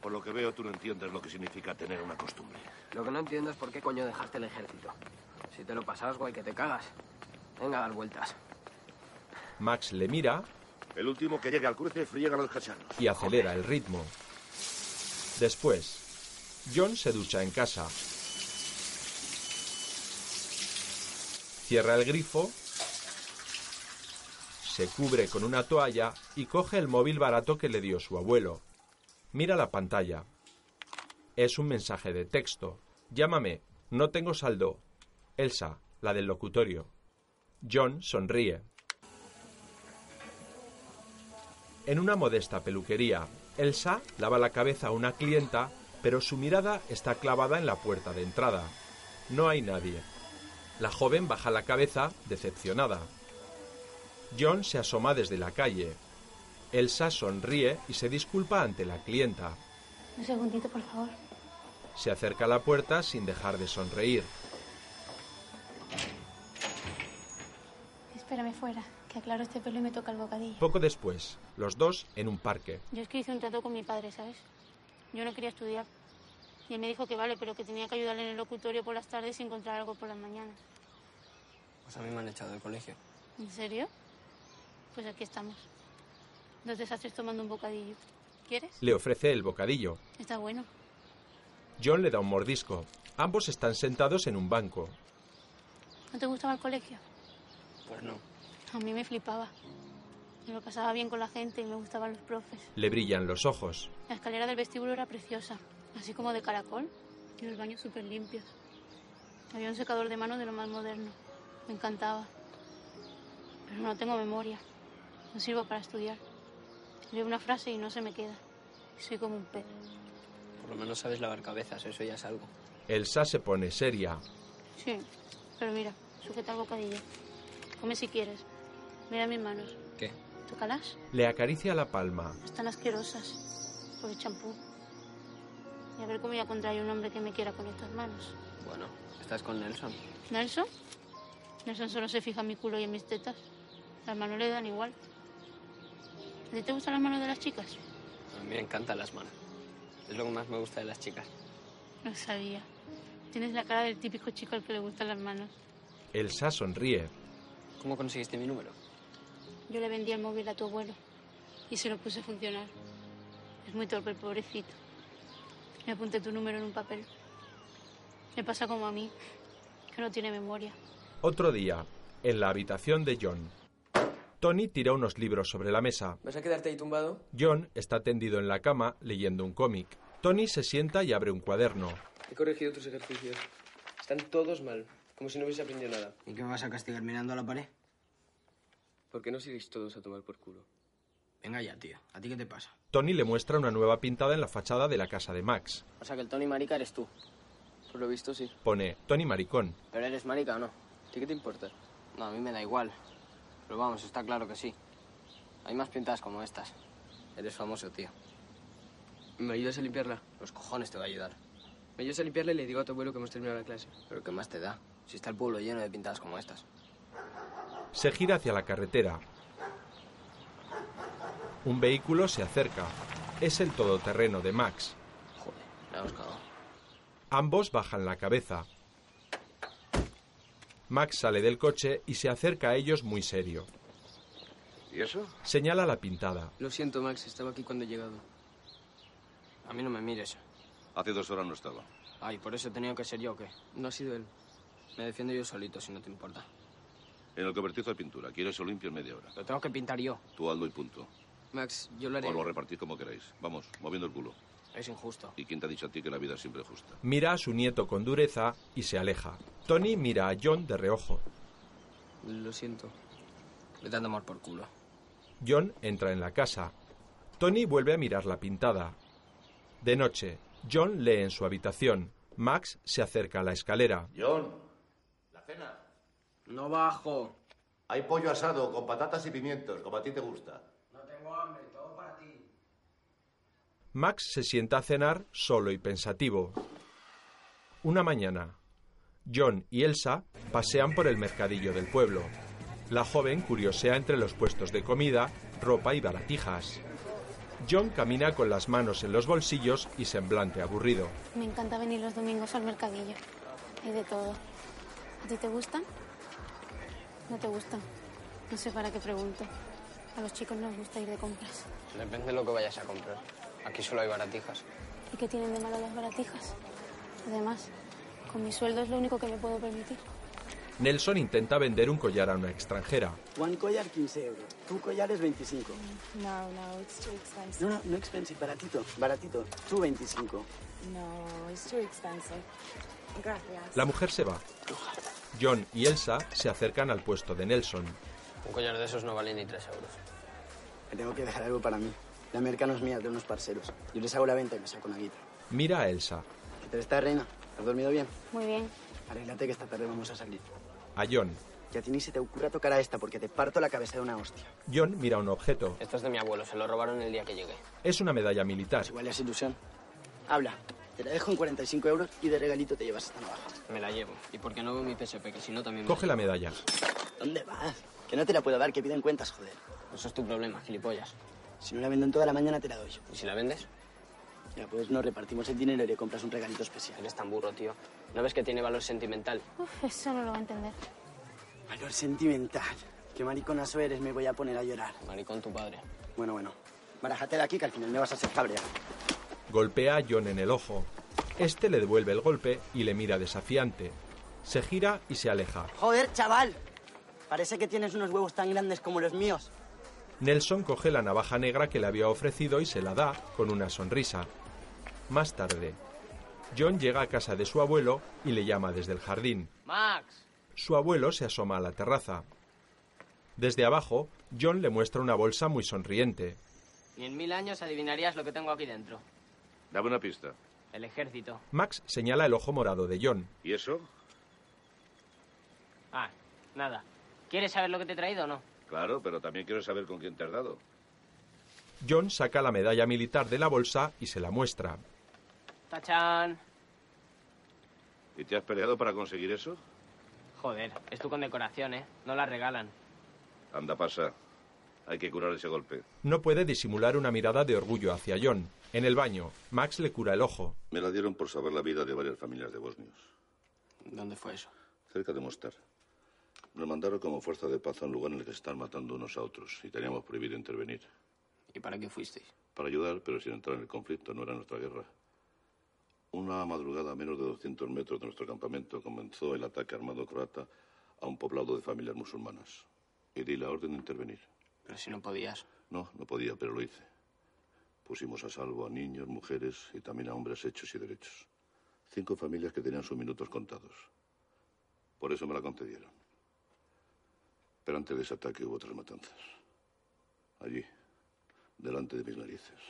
O: Por lo que veo, tú no entiendes lo que significa tener una costumbre.
B: Lo que no entiendo es por qué coño dejaste el ejército. Si te lo pasabas, guay, que te cagas. Venga a dar vueltas.
A: Max le mira
O: El último que llegue al cruce friega los cacharros.
A: y acelera el ritmo. Después, John se ducha en casa. Cierra el grifo, se cubre con una toalla y coge el móvil barato que le dio su abuelo. Mira la pantalla. Es un mensaje de texto. Llámame, no tengo saldo. Elsa, la del locutorio. John sonríe. En una modesta peluquería, Elsa lava la cabeza a una clienta, pero su mirada está clavada en la puerta de entrada. No hay nadie. La joven baja la cabeza, decepcionada. John se asoma desde la calle. Elsa sonríe y se disculpa ante la clienta.
M: Un segundito, por favor.
A: Se acerca a la puerta sin dejar de sonreír.
M: Espérame fuera, que aclaro este pelo y me toca el bocadillo.
A: Poco después, los dos en un parque.
M: Yo es que hice un trato con mi padre, ¿sabes? Yo no quería estudiar. Y él me dijo que vale, pero que tenía que ayudarle en el locutorio por las tardes y encontrar algo por las mañanas.
B: Pues a mí me han echado del colegio.
M: ¿En serio? Pues aquí estamos. Dos desastres tomando un bocadillo. ¿Quieres?
A: Le ofrece el bocadillo.
M: Está bueno.
A: John le da un mordisco. Ambos están sentados en un banco.
M: ¿No te gustaba el colegio?
B: Pues no.
M: A mí me flipaba. Me lo pasaba bien con la gente y me gustaban los profes.
A: Le brillan los ojos.
M: La escalera del vestíbulo era preciosa, así como de caracol, y los baños súper limpios. Había un secador de manos de lo más moderno. Me encantaba. Pero no tengo memoria. No sirvo para estudiar. Leo una frase y no se me queda. Soy como un pez.
B: Por lo menos sabes lavar cabezas, eso ya es algo.
A: Elsa se pone seria.
M: Sí, pero mira, sujeta el bocadillo. Come si quieres. Mira mis manos.
B: ¿Qué?
M: ¿Tócalas?
A: Le acaricia la palma.
M: Están asquerosas. Por el champú. Y a ver cómo voy a encontrar un hombre que me quiera con estas manos.
B: Bueno, estás con Nelson.
M: ¿Nelson? Nelson solo se fija en mi culo y en mis tetas. Las manos le dan igual. ¿A ti te gustan las manos de las chicas?
B: A mí me encantan las manos. Es lo que más me gusta de las chicas.
M: No sabía. Tienes la cara del típico chico al que le gustan las manos.
A: Elsa sonríe.
B: ¿Cómo conseguiste mi número?
M: Yo le vendí el móvil a tu abuelo y se lo puse a funcionar. Es muy torpe el pobrecito. Le apunté tu número en un papel. Le pasa como a mí, que no tiene memoria.
A: Otro día, en la habitación de John. Tony tira unos libros sobre la mesa.
B: ¿Vas a quedarte ahí tumbado?
A: John está tendido en la cama leyendo un cómic. Tony se sienta y abre un cuaderno.
B: He corregido tus ejercicios. Están todos mal, como si no hubiese aprendido nada.
J: ¿Y qué me vas a castigar mirando a la pared?
B: ¿Por qué no seguís todos a tomar por culo?
J: Venga ya, tío. ¿A ti qué te pasa?
A: Tony le muestra una nueva pintada en la fachada de la casa de Max.
B: O sea que el Tony Marica eres tú. Por lo visto, sí.
A: Pone Tony Maricón.
B: ¿Pero eres marica o no? ¿A ti qué te importa? No, a mí me da igual. Pero vamos, está claro que sí. Hay más pintadas como estas. Eres famoso, tío. ¿Me ayudas a limpiarla? Los cojones te va a ayudar. Me ayudas a limpiarla y le digo a tu abuelo que hemos terminado la clase. Pero ¿qué más te da? Si está el pueblo lleno de pintadas como estas.
A: Se gira hacia la carretera. Un vehículo se acerca. Es el todoterreno de Max.
B: La hemos cagado.
A: Ambos bajan la cabeza. Max sale del coche y se acerca a ellos muy serio.
B: ¿Y eso?
A: Señala la pintada.
B: Lo siento, Max, estaba aquí cuando he llegado. A mí no me mires.
I: Hace dos horas no estaba.
B: Ay, por eso he tenido que ser yo, ¿o qué? No ha sido él. Me defiendo yo solito, si no te importa.
I: En el cobertizo hay pintura. Quiero eso limpio en media hora.
B: Lo tengo que pintar yo.
I: Tú hazlo y punto.
B: Max, yo lo haré.
I: O lo repartís como queráis. Vamos, moviendo el culo.
B: Es injusto.
I: ¿Y quién te ha dicho a ti que la vida es siempre justa?
A: Mira a su nieto con dureza y se aleja. Tony mira a John de reojo.
B: Lo siento. Me dan amor por culo.
A: John entra en la casa. Tony vuelve a mirar la pintada. De noche, John lee en su habitación. Max se acerca a la escalera.
P: John, la cena.
B: No bajo.
P: Hay pollo asado con patatas y pimientos, como a ti te gusta.
B: No tengo hambre, todo para ti.
A: Max se sienta a cenar solo y pensativo. Una mañana, John y Elsa pasean por el mercadillo del pueblo. La joven curiosea entre los puestos de comida, ropa y baratijas. John camina con las manos en los bolsillos y semblante aburrido.
M: Me encanta venir los domingos al mercadillo. Hay de todo. ¿A ti te gustan? No te gustan. No sé para qué pregunto. A los chicos nos gusta ir de compras.
B: Depende de lo que vayas a comprar. Aquí solo hay baratijas.
M: ¿Y qué tienen de malo las baratijas? Además, con mi sueldo es lo único que me puedo permitir.
A: Nelson intenta vender un collar a una extranjera.
K: One collar, 15 euros. Tu collar es 25.
Q: No, no, it's too expensive.
K: No, no, no expensive. Baratito, baratito. Tú 25.
Q: No, it's too expensive. Gracias.
A: La mujer se va. John y Elsa se acercan al puesto de Nelson.
B: Un collar de esos no vale ni 3 euros.
K: Me tengo que dejar algo para mí. La merca no es mía, es de unos parceros. Yo les hago la venta y me saco una guita.
A: Mira a Elsa.
K: ¿Qué tal está, reina? ¿Has dormido bien?
M: Muy bien.
K: Arréglate que esta tarde vamos a salir.
A: A John.
K: Que a ti ni se te ocurra tocar a esta porque te parto la cabeza de una hostia.
A: John mira un objeto.
B: Esto es de mi abuelo, se lo robaron el día que llegué.
A: Es una medalla militar.
K: Igual es ilusión. Habla. Te la dejo en 45 euros y de regalito te llevas esta navaja.
B: Me la llevo. Y porque no veo mi PSP, que si no también me
A: Coge la medalla.
K: ¿Dónde vas? Que no te la puedo dar, que piden cuentas, joder.
B: Eso es tu problema, gilipollas.
K: Si no la vendo en toda la mañana, te la doy.
B: ¿Y si la vendes?
K: Ya, pues nos repartimos el dinero y le compras un regalito especial.
B: Eres tan burro, tío. ¿No ves que tiene valor sentimental?
M: Uf, eso no lo va a entender.
K: Valor sentimental. Qué mariconazo eres, me voy a poner a llorar.
B: Maricón tu padre.
K: Bueno, bueno. Barajate de aquí que al final me vas a hacer cabrear.
A: Golpea a John en el ojo. Este le devuelve el golpe y le mira desafiante. Se gira y se aleja.
K: Joder, chaval. Parece que tienes unos huevos tan grandes como los míos.
A: Nelson coge la navaja negra que le había ofrecido y se la da con una sonrisa. Más tarde, John llega a casa de su abuelo y le llama desde el jardín.
B: Max.
A: Su abuelo se asoma a la terraza. Desde abajo, John le muestra una bolsa muy sonriente.
B: Ni en mil años adivinarías lo que tengo aquí dentro.
I: Dame una pista.
B: El ejército.
A: Max señala el ojo morado de John.
I: ¿Y eso?
B: Ah, nada. ¿Quieres saber lo que te he traído o no?
I: Claro, pero también quiero saber con quién te has dado.
A: John saca la medalla militar de la bolsa y se la muestra.
B: ¡Tachán!
I: ¿Y te has peleado para conseguir eso?
B: Joder, es tu condecoración, ¿eh? No la regalan.
I: Anda, pasa. Hay que curar ese golpe.
A: No puede disimular una mirada de orgullo hacia John. En el baño, Max le cura el ojo.
I: Me la dieron por saber la vida de varias familias de bosnios.
B: ¿Dónde fue eso?
I: Cerca de Mostar. Nos mandaron como fuerza de paz a un lugar en el que se están matando unos a otros y teníamos prohibido intervenir.
B: ¿Y para qué fuisteis?
I: Para ayudar, pero sin entrar en el conflicto, no era nuestra guerra. Una madrugada a menos de 200 metros de nuestro campamento comenzó el ataque armado croata a un poblado de familias musulmanas. Y di la orden de intervenir.
B: Pero si no podías.
I: No, no podía, pero lo hice. Pusimos a salvo a niños, mujeres y también a hombres hechos y derechos. Cinco familias que tenían sus minutos contados. Por eso me la concedieron. Pero antes de ese ataque hubo otras matanzas. Allí, delante de mis narices.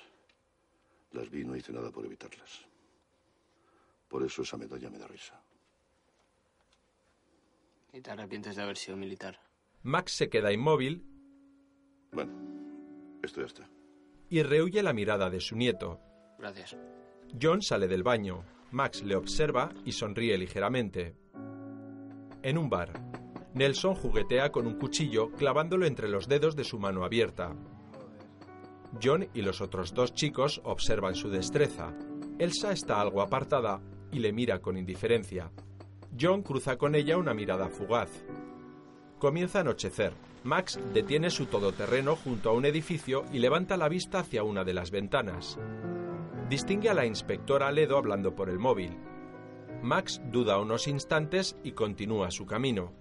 I: Las vi y no hice nada por evitarlas. Por eso esa medalla me da risa.
B: ¿Y te arrepientes de haber sido militar?
A: Max se queda inmóvil.
I: Bueno, esto ya está.
A: Y rehuye la mirada de su nieto.
B: Gracias.
A: John sale del baño. Max le observa y sonríe ligeramente. En un bar, Nelson juguetea con un cuchillo clavándolo entre los dedos de su mano abierta. John y los otros dos chicos observan su destreza. Elsa está algo apartada y le mira con indiferencia. John cruza con ella una mirada fugaz. Comienza a anochecer. Max detiene su todoterreno junto a un edificio y levanta la vista hacia una de las ventanas. Distingue a la inspectora Ledo hablando por el móvil. Max duda unos instantes y continúa su camino.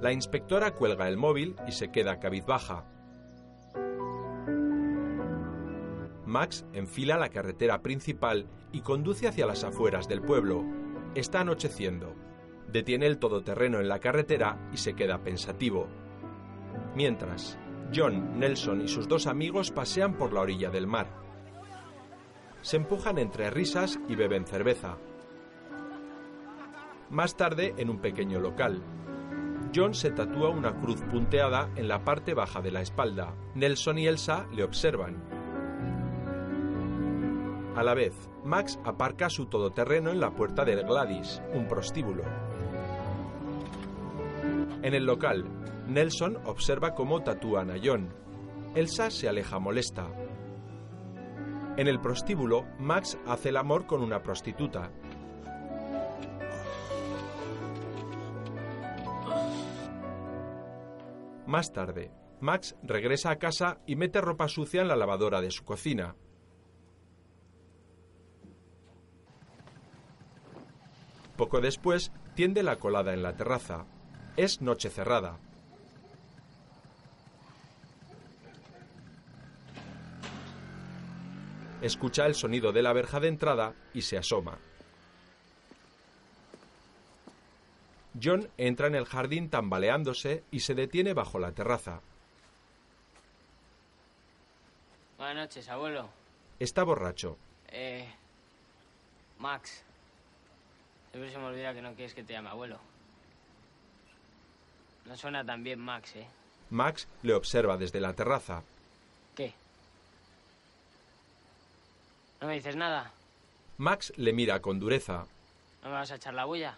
A: La inspectora cuelga el móvil y se queda cabizbaja. Max enfila la carretera principal y conduce hacia las afueras del pueblo. Está anocheciendo. Detiene el todoterreno en la carretera y se queda pensativo. Mientras, John, Nelson y sus dos amigos pasean por la orilla del mar. Se empujan entre risas y beben cerveza. Más tarde, en un pequeño local, John se tatúa una cruz punteada en la parte baja de la espalda. Nelson y Elsa le observan. A la vez, Max aparca su todoterreno en la puerta del Gladys, un prostíbulo. En el local, Nelson observa cómo tatúan a John. Elsa se aleja molesta. En el prostíbulo, Max hace el amor con una prostituta. Más tarde, Max regresa a casa y mete ropa sucia en la lavadora de su cocina. Poco después, tiende la colada en la terraza. Es noche cerrada. Escucha el sonido de la verja de entrada y se asoma. John entra en el jardín tambaleándose y se detiene bajo la terraza.
B: Buenas noches, abuelo.
A: Está borracho.
B: Eh. Max. Siempre se me olvida que no quieres que te llame abuelo. No suena tan bien Max, ¿eh?
A: Max le observa desde la terraza.
B: ¿Qué? ¿No me dices nada?
A: Max le mira con dureza.
B: ¿No me vas a echar la bulla?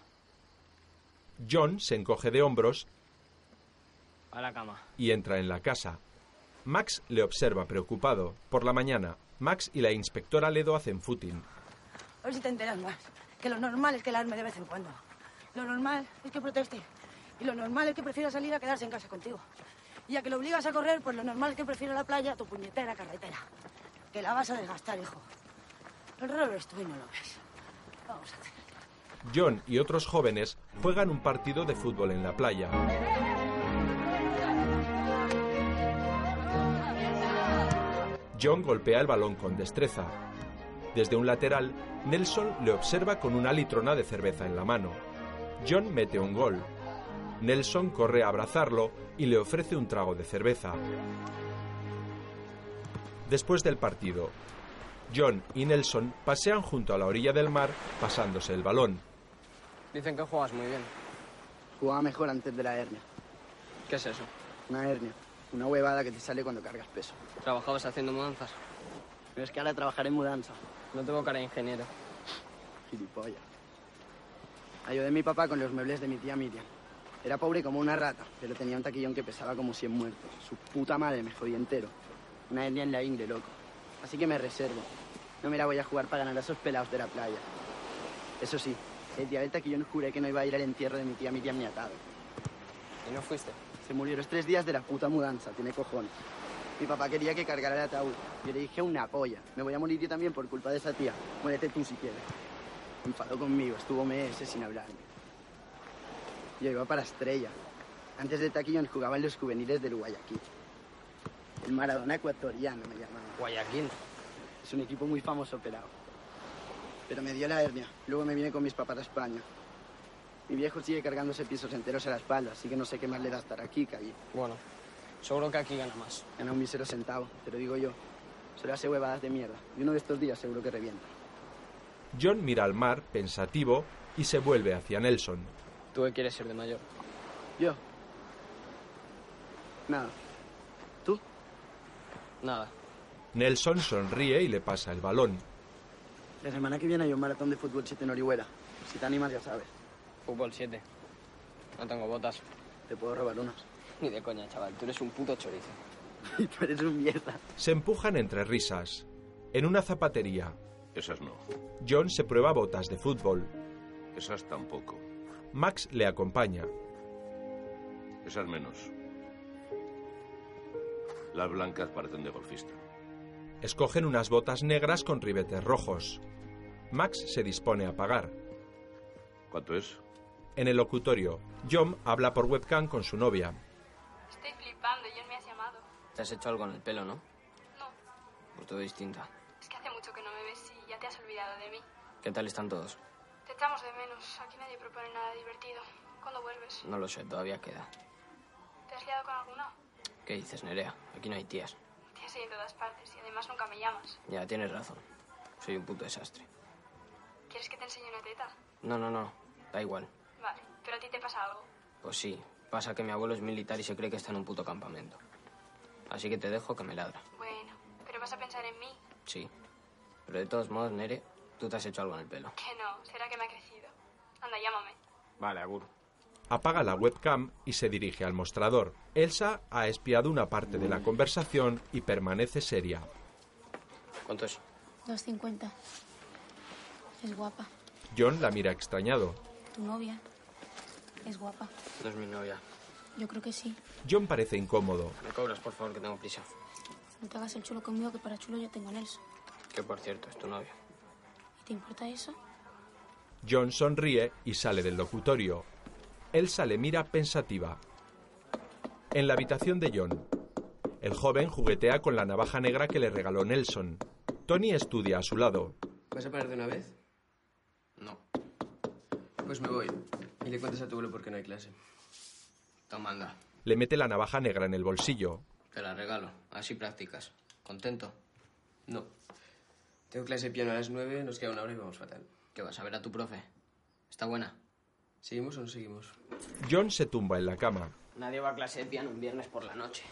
A: John se encoge de hombros
B: A la cama.
A: y entra en la casa. Max le observa preocupado. Por la mañana, Max y la inspectora Ledo hacen footing.
L: A ver si te enteras más. Que lo normal es que la arme de vez en cuando. Lo normal es que proteste. Y lo normal es que prefiera salir a quedarse en casa contigo. Y a que lo obligas a correr, pues lo normal es que prefiera la playa a tu puñetera carretera. Que la vas a desgastar, hijo. El raro es tú y no lo ves. Vamos a hacer.
A: John y otros jóvenes juegan un partido de fútbol en la playa. John golpea el balón con destreza. Desde un lateral, Nelson le observa con una litrona de cerveza en la mano. John mete un gol. Nelson corre a abrazarlo y le ofrece un trago de cerveza. Después del partido, John y Nelson pasean junto a la orilla del mar pasándose el balón.
B: Dicen que juegas muy bien.
K: Jugaba mejor antes de la hernia.
B: ¿Qué es eso?
K: Una hernia. Una huevada que te sale cuando cargas peso.
B: ¿Trabajabas haciendo mudanzas?
K: Pero es que ahora trabajaré en mudanza.
B: No tengo cara de ingeniero.
K: Gilipollas. Ayudé a mi papá con los muebles de mi tía Miriam. Era pobre como una rata, pero tenía un taquillón que pesaba como 100 muertos. Su puta madre me jodía entero. Una hernia en la ingle, loco. Así que me reservo. No me la voy a jugar para ganar a esos pelados de la playa. Eso sí, el día del taquillón juré que no iba a ir al entierro de mi tía Miriam ni atado.
B: ¿Y no fuiste?
K: Se murió los tres días de la puta mudanza, tiene cojones. Mi papá quería que cargara el ataúd. Yo le dije una polla. Me voy a morir yo también por culpa de esa tía. Muérete tú si quieres. Enfadó conmigo, estuvo meses sin hablarme. Yo iba para Estrella. Antes de Taquillón jugaba en los juveniles del Guayaquil. El Maradona ecuatoriano me llamaba.
B: Guayaquil.
K: Es un equipo muy famoso, pelado. Pero me dio la hernia. Luego me vine con mis papás a España. Mi viejo sigue cargándose pisos enteros a la espalda, así que no sé qué más le da estar aquí que allí.
B: Bueno, seguro que aquí gana más.
K: Gana un mísero centavo, te lo digo yo. Solo hace huevadas de mierda. Y uno de estos días seguro que revienta.
A: John mira al mar, pensativo, y se vuelve hacia Nelson.
B: ¿Tú qué quieres ser de mayor?
K: Yo. Nada. ¿Tú?
B: Nada.
A: Nelson sonríe y le pasa el balón.
K: La semana que viene hay un maratón de fútbol 7 en Orihuela. Si te animas, ya sabes.
B: Fútbol 7. No tengo botas.
K: Te puedo robar unas.
B: Ni de coña, chaval. Tú eres un puto chorizo.
K: Y tú eres un mierda.
A: Se empujan entre risas. En una zapatería,
G: Esas no.
A: John se prueba botas de fútbol.
G: Esas tampoco.
A: Max le acompaña.
G: Esas menos. Las blancas parecen de golfista.
A: Escogen unas botas negras con ribetes rojos. Max se dispone a pagar.
G: ¿Cuánto es?
A: En el locutorio, John habla por webcam con su novia.
R: Estoy flipando, John me has llamado.
B: Te has hecho algo en el pelo, ¿no?
R: No.
B: Pues todo distinta.
R: Es que hace mucho que no me ves y ya te has olvidado de mí.
B: ¿Qué tal están todos?
R: Te echamos de menos. Aquí nadie propone nada divertido. ¿Cuándo vuelves?
B: No lo sé, todavía queda.
R: ¿Te has liado con alguna?
B: ¿Qué dices, Nerea? Aquí no hay tías.
R: Te has ido en todas partes y además nunca me llamas.
B: Ya, tienes razón. Soy un puto desastre.
R: ¿Quieres que te enseñe una teta?
B: No, no, no. Da igual.
R: Vale, pero a ti te pasa algo.
B: Pues sí, pasa que mi abuelo es militar y se cree que está en un puto campamento. Así que te dejo que me ladra.
R: Bueno, pero vas a pensar en mí.
B: Sí. Pero de todos modos, Nere, tú te has hecho algo en el pelo.
R: Que no, será que me ha crecido. Anda, llámame.
B: Vale, agur.
A: Apaga la webcam y se dirige al mostrador. Elsa ha espiado una parte de la conversación y permanece seria.
B: ¿Cuánto es?
M: 2.50. Es guapa.
A: John la mira extrañado.
M: Tu novia. Es guapa.
B: No es mi novia.
M: Yo creo que sí.
A: John parece incómodo.
B: Me cobras, por favor, que tengo prisa.
M: No te hagas el chulo conmigo, que para chulo yo tengo a Nelson.
B: Que por cierto, es tu novia.
M: ¿Y te importa eso?
A: John sonríe y sale del locutorio. Elsa le mira pensativa. En la habitación de John, el joven juguetea con la navaja negra que le regaló Nelson. Tony estudia a su lado.
B: ¿Vas a parar de una vez? No. Pues me voy. Y le cuentas a tu abuelo porque no hay clase. Toma, anda.
A: Le mete la navaja negra en el bolsillo.
B: Te la regalo. Así practicas. ¿Contento? No. Tengo clase de piano a las nueve, nos queda una hora y vamos fatal. ¿Qué vas a ver a tu profe? ¿Está buena? ¿Seguimos o no seguimos?
A: John se tumba en la cama.
B: Nadie va a clase de piano un viernes por la noche.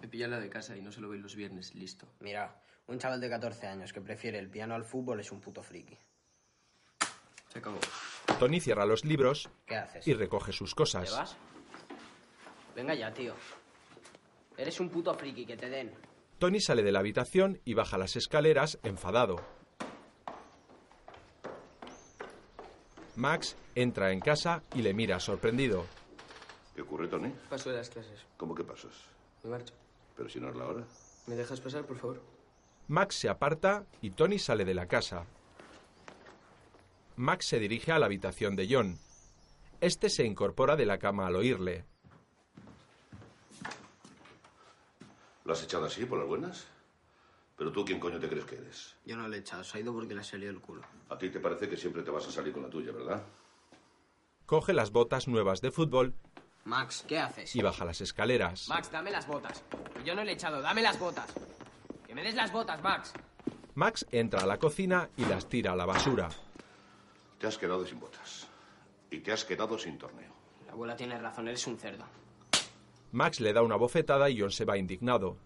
B: Me pilla la de casa y no se lo voy los viernes, listo. Mira, un chaval de 14 años que prefiere el piano al fútbol es un puto friki. Se acabó.
A: Tony cierra los libros
B: ¿Qué haces?
A: y recoge sus
B: ¿Te
A: cosas.
B: vas? Venga ya, tío. Eres un puto friki, que te den.
A: Tony sale de la habitación y baja las escaleras enfadado. Max entra en casa y le mira sorprendido.
I: ¿Qué ocurre, Tony?
B: Paso de las clases.
I: ¿Cómo que pasas?
B: Me marcho.
I: Pero si no es la hora.
B: ¿Me dejas pasar, por favor?
A: Max se aparta y Tony sale de la casa. Max se dirige a la habitación de John. Este se incorpora de la cama al oírle.
I: ¿Lo has echado así, por las buenas? Pero tú, ¿quién coño te crees que eres?
B: Yo no le he echado, se ha ido porque le ha salido el culo.
I: A ti te parece que siempre te vas a salir con la tuya, ¿verdad?
A: Coge las botas nuevas de fútbol
B: Max, ¿qué haces?
A: y baja las escaleras.
B: Max, dame las botas. Yo no le he echado, dame las botas. Que me des las botas, Max.
A: Max entra a la cocina y las tira a la basura.
I: Te has quedado sin botas. Y te has quedado sin torneo.
B: La abuela tiene razón, eres un cerdo.
A: Max le da una bofetada y John se va indignado.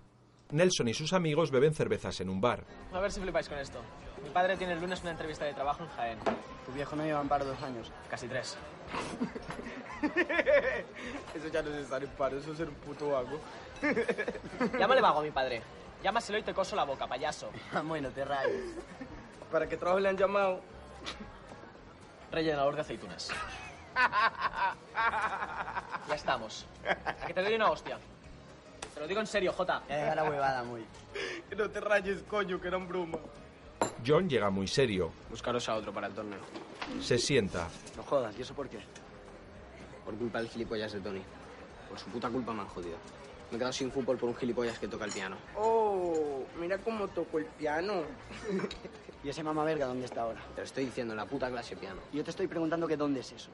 A: Nelson y sus amigos beben cervezas en un bar.
S: A ver si flipáis con esto. Mi padre tiene el lunes una entrevista de trabajo en Jaén.
K: Tu viejo no lleva en paro dos años.
S: Casi tres.
K: eso ya no es estar en paro, eso es ser un puto vago.
S: Llámale vago a mi padre. Llámaselo y te coso la boca, payaso.
K: bueno, te rayes.
S: ¿Para qué trabajo le han llamado? Rellenador de aceitunas. Ya estamos. A que te doy una hostia. Te lo digo en serio, Jota.
K: Ya deja la huevada, muy.
S: Que no te rayes, coño, que eran bruma.
A: John llega muy serio.
B: Buscaros a otro para el torneo.
A: Se sienta.
K: No jodas, ¿y eso por qué?
B: Por culpa del gilipollas de Tony. Por su puta culpa me han jodido. Me he quedado sin fútbol por un gilipollas que toca el piano.
K: Oh, mira cómo tocó el piano. ¿Y ese mamá verga dónde está ahora?
B: Te lo estoy diciendo, en la puta clase de piano.
K: Yo te estoy preguntando que dónde es eso.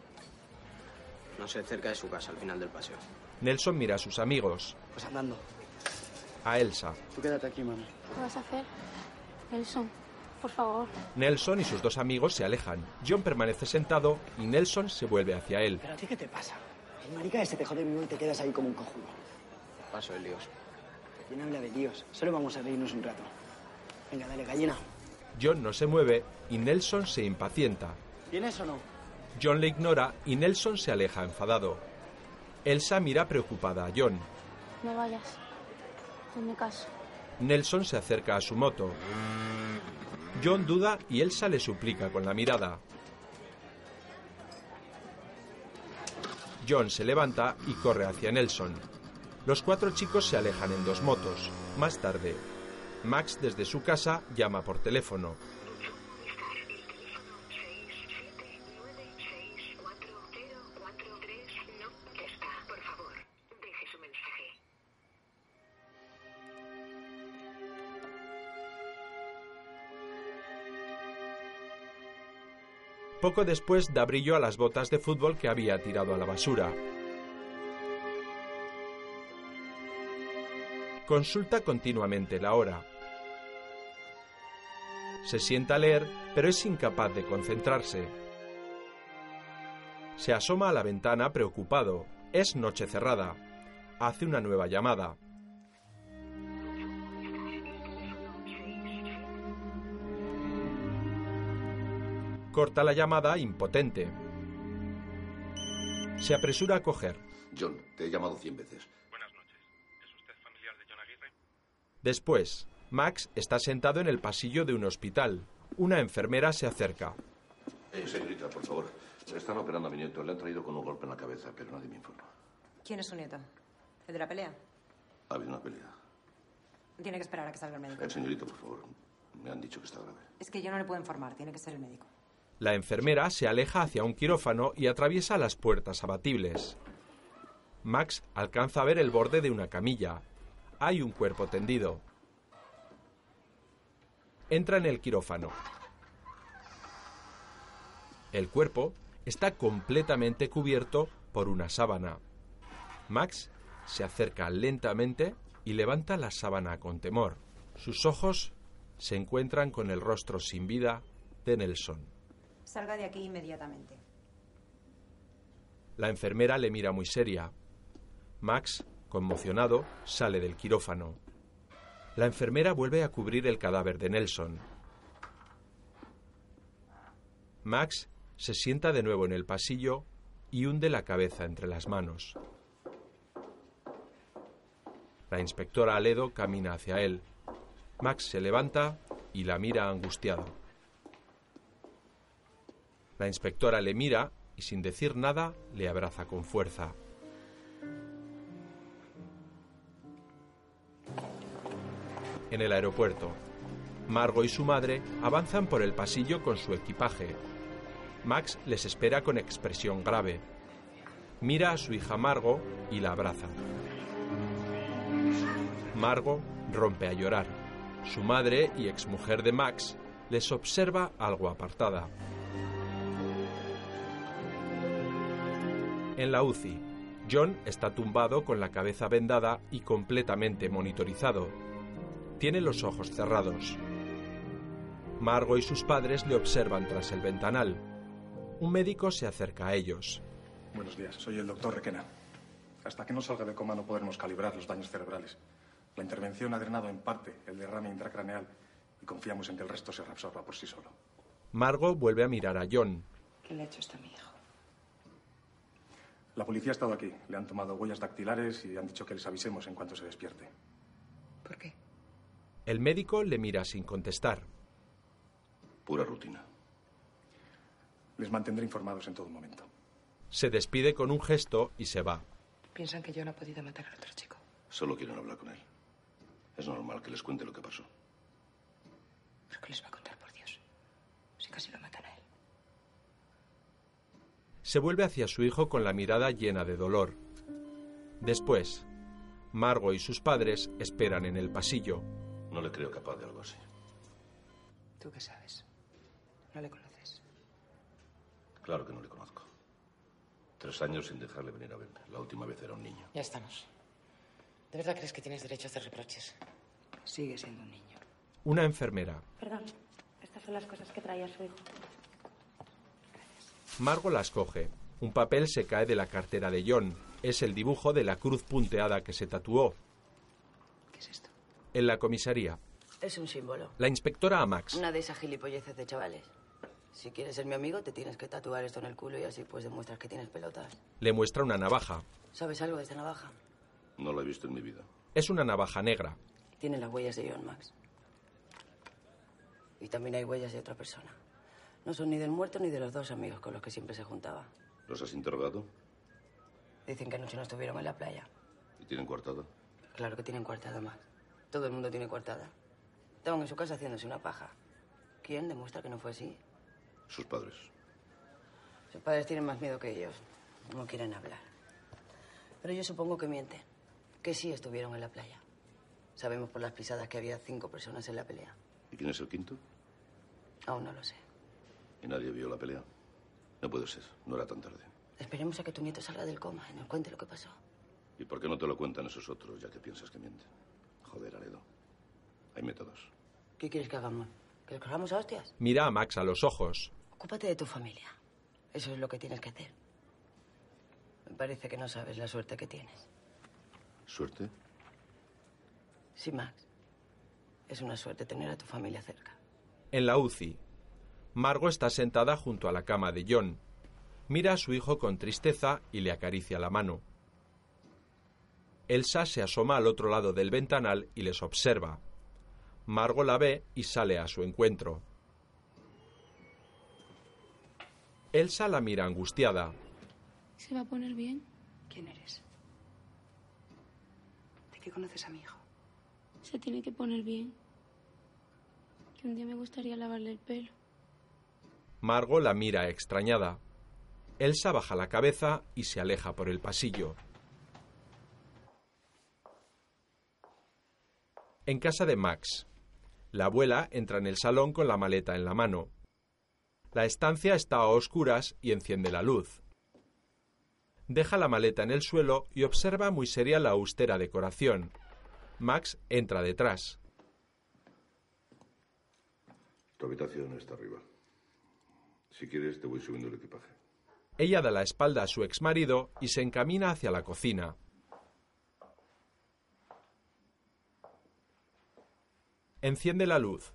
B: No sé, cerca de su casa, al final del paseo.
A: Nelson mira a sus amigos,
K: Pues andando.
A: a Elsa.
K: Tú quédate aquí, mamá.
M: ¿Qué vas a hacer? Nelson, por favor.
A: Nelson y sus dos amigos se alejan. John permanece sentado y Nelson se vuelve hacia él.
K: ¿Pero a ti este qué te pasa? El marica ese te jode mi y te quedas ahí como un cojudo.
B: Paso de líos.
K: No habla de líos. Solo vamos a reírnos un rato. Venga, dale, gallina.
A: John no se mueve y Nelson se impacienta.
K: ¿Vienes o no?
A: John le ignora y Nelson se aleja enfadado. Elsa mira preocupada a John.
M: No vayas. Hazme caso.
A: Nelson se acerca a su moto. John duda y Elsa le suplica con la mirada. John se levanta y corre hacia Nelson. Los cuatro chicos se alejan en dos motos. Más tarde, Max desde su casa llama por teléfono. Poco después da brillo a las botas de fútbol que había tirado a la basura. Consulta continuamente la hora. Se sienta a leer, pero es incapaz de concentrarse. Se asoma a la ventana preocupado. Es noche cerrada. Hace una nueva llamada. Corta la llamada impotente. Se apresura a coger.
I: John, te he llamado cien veces.
A: Después, Max está sentado en el pasillo de un hospital. Una enfermera se acerca.
I: Eh, señorita, por favor. Están operando a mi nieto. Le han traído con un golpe en la cabeza, pero nadie me informa.
T: ¿Quién es su nieto? ¿El de la pelea?
I: Ha habido una pelea.
T: Tiene que esperar a que salga el médico.
I: Eh, señorita, por favor. Me han dicho que está grave.
T: Es que yo no le puedo informar, tiene que ser el médico.
A: La enfermera se aleja hacia un quirófano y atraviesa las puertas abatibles. Max alcanza a ver el borde de una camilla. Hay un cuerpo tendido. Entra en el quirófano. El cuerpo está completamente cubierto por una sábana. Max se acerca lentamente y levanta la sábana con temor. Sus ojos se encuentran con el rostro sin vida de Nelson.
T: Salga de aquí inmediatamente.
A: La enfermera le mira muy seria. Max, conmocionado, sale del quirófano. La enfermera vuelve a cubrir el cadáver de Nelson. Max se sienta de nuevo en el pasillo y hunde la cabeza entre las manos. La inspectora Aledo camina hacia él. Max se levanta y la mira angustiado. La inspectora le mira y sin decir nada le abraza con fuerza. En el aeropuerto, Margo y su madre avanzan por el pasillo con su equipaje. Max les espera con expresión grave. Mira a su hija Margo y la abraza. Margo rompe a llorar. Su madre y exmujer de Max les observa algo apartada. En la UCI, John está tumbado con la cabeza vendada y completamente monitorizado. Tiene los ojos cerrados. Margo y sus padres le observan tras el ventanal. Un médico se acerca a ellos.
F: Buenos días, soy el doctor Requena. Hasta que no salga de coma no podremos calibrar los daños cerebrales. La intervención ha drenado en parte el derrame intracraneal y confiamos en que el resto se reabsorba por sí solo.
A: Margo vuelve a mirar a John.
Q: ¿Qué le ha hecho este esto a mi hijo?
F: La policía ha estado aquí. Le han tomado huellas dactilares y han dicho que les avisemos en cuanto se despierte.
Q: ¿Por qué?
A: El médico le mira sin contestar.
I: Pura rutina.
F: Les mantendré informados en todo momento.
A: Se despide con un gesto y se va.
Q: Piensan que yo no he podido matar al otro chico.
I: Solo quieren hablar con él. Es normal que les cuente lo que pasó.
Q: ¿Pero qué les va a contar, por Dios? Si casi lo matan a él.
A: Se vuelve hacia su hijo con la mirada llena de dolor. Después, Margo y sus padres esperan en el pasillo.
I: No le creo capaz de algo así.
Q: ¿Tú qué sabes? No le conoces.
I: Claro que no le conozco. Tres años sin dejarle venir a verme. La última vez era un niño.
H: Ya estamos. ¿De verdad crees que tienes derecho a hacer reproches?
Q: Sigue siendo un niño.
A: Una enfermera.
R: Perdón, estas son las cosas que traía su hijo.
A: Margo las coge. Un papel se cae de la cartera de John. Es el dibujo de la cruz punteada que se tatuó.
Q: ¿Qué es esto?
A: En la comisaría,
J: Es un símbolo.
A: la inspectora a Max.
J: Una de esas gilipolleces de chavales. Si quieres ser mi amigo, te tienes que tatuar esto en el culo y así pues demuestras que tienes pelotas.
A: Le muestra una navaja.
J: ¿Sabes algo de esta navaja?
I: No la he visto en mi vida.
A: Es una navaja negra.
J: Tiene las huellas de John Max. Y también hay huellas de otra persona. No son ni del muerto ni de los dos amigos con los que siempre se juntaba.
I: ¿Los has interrogado?
J: Dicen que anoche no estuvieron en la playa.
I: ¿Y tienen coartada?
J: Claro que tienen coartada, Max. Todo el mundo tiene coartada. Estaban en su casa haciéndose una paja. ¿Quién demuestra que no fue así?
I: Sus padres.
J: Sus padres tienen más miedo que ellos. No quieren hablar. Pero yo supongo que mienten. Que sí estuvieron en la playa. Sabemos por las pisadas que había cinco personas en la pelea.
I: ¿Y quién es el quinto?
J: Aún no lo sé.
I: Y nadie vio la pelea. No puede ser, no era tan tarde.
J: Esperemos a que tu nieto salga del coma y nos cuente lo que pasó.
I: ¿Y por qué no te lo cuentan esos otros, ya que piensas que mienten? Joder, Aledo. Hay métodos.
J: ¿Qué quieres que hagamos? ¿Que nos cojamos a hostias?
A: Mira a Max a los ojos.
J: Ocúpate de tu familia. Eso es lo que tienes que hacer. Me parece que no sabes la suerte que tienes.
I: ¿Suerte?
J: Sí, Max. Es una suerte tener a tu familia cerca.
A: En la UCI, Margo está sentada junto a la cama de John. Mira a su hijo con tristeza y le acaricia la mano. Elsa se asoma al otro lado del ventanal y les observa. Margo la ve y sale a su encuentro. Elsa la mira angustiada.
M: ¿Se va a poner bien?
D: ¿Quién eres? ¿De qué conoces a mi hijo?
M: Se tiene que poner bien. Que un día me gustaría lavarle el pelo.
A: Margo la mira extrañada. Elsa baja la cabeza y se aleja por el pasillo. En casa de Max, la abuela entra en el salón con la maleta en la mano. La estancia está a oscuras y enciende la luz. Deja la maleta en el suelo y observa muy seria la austera decoración. Max entra detrás.
I: Tu habitación está arriba. Si quieres, te voy subiendo el equipaje.
A: Ella da la espalda a su exmarido y se encamina hacia la cocina. Enciende la luz.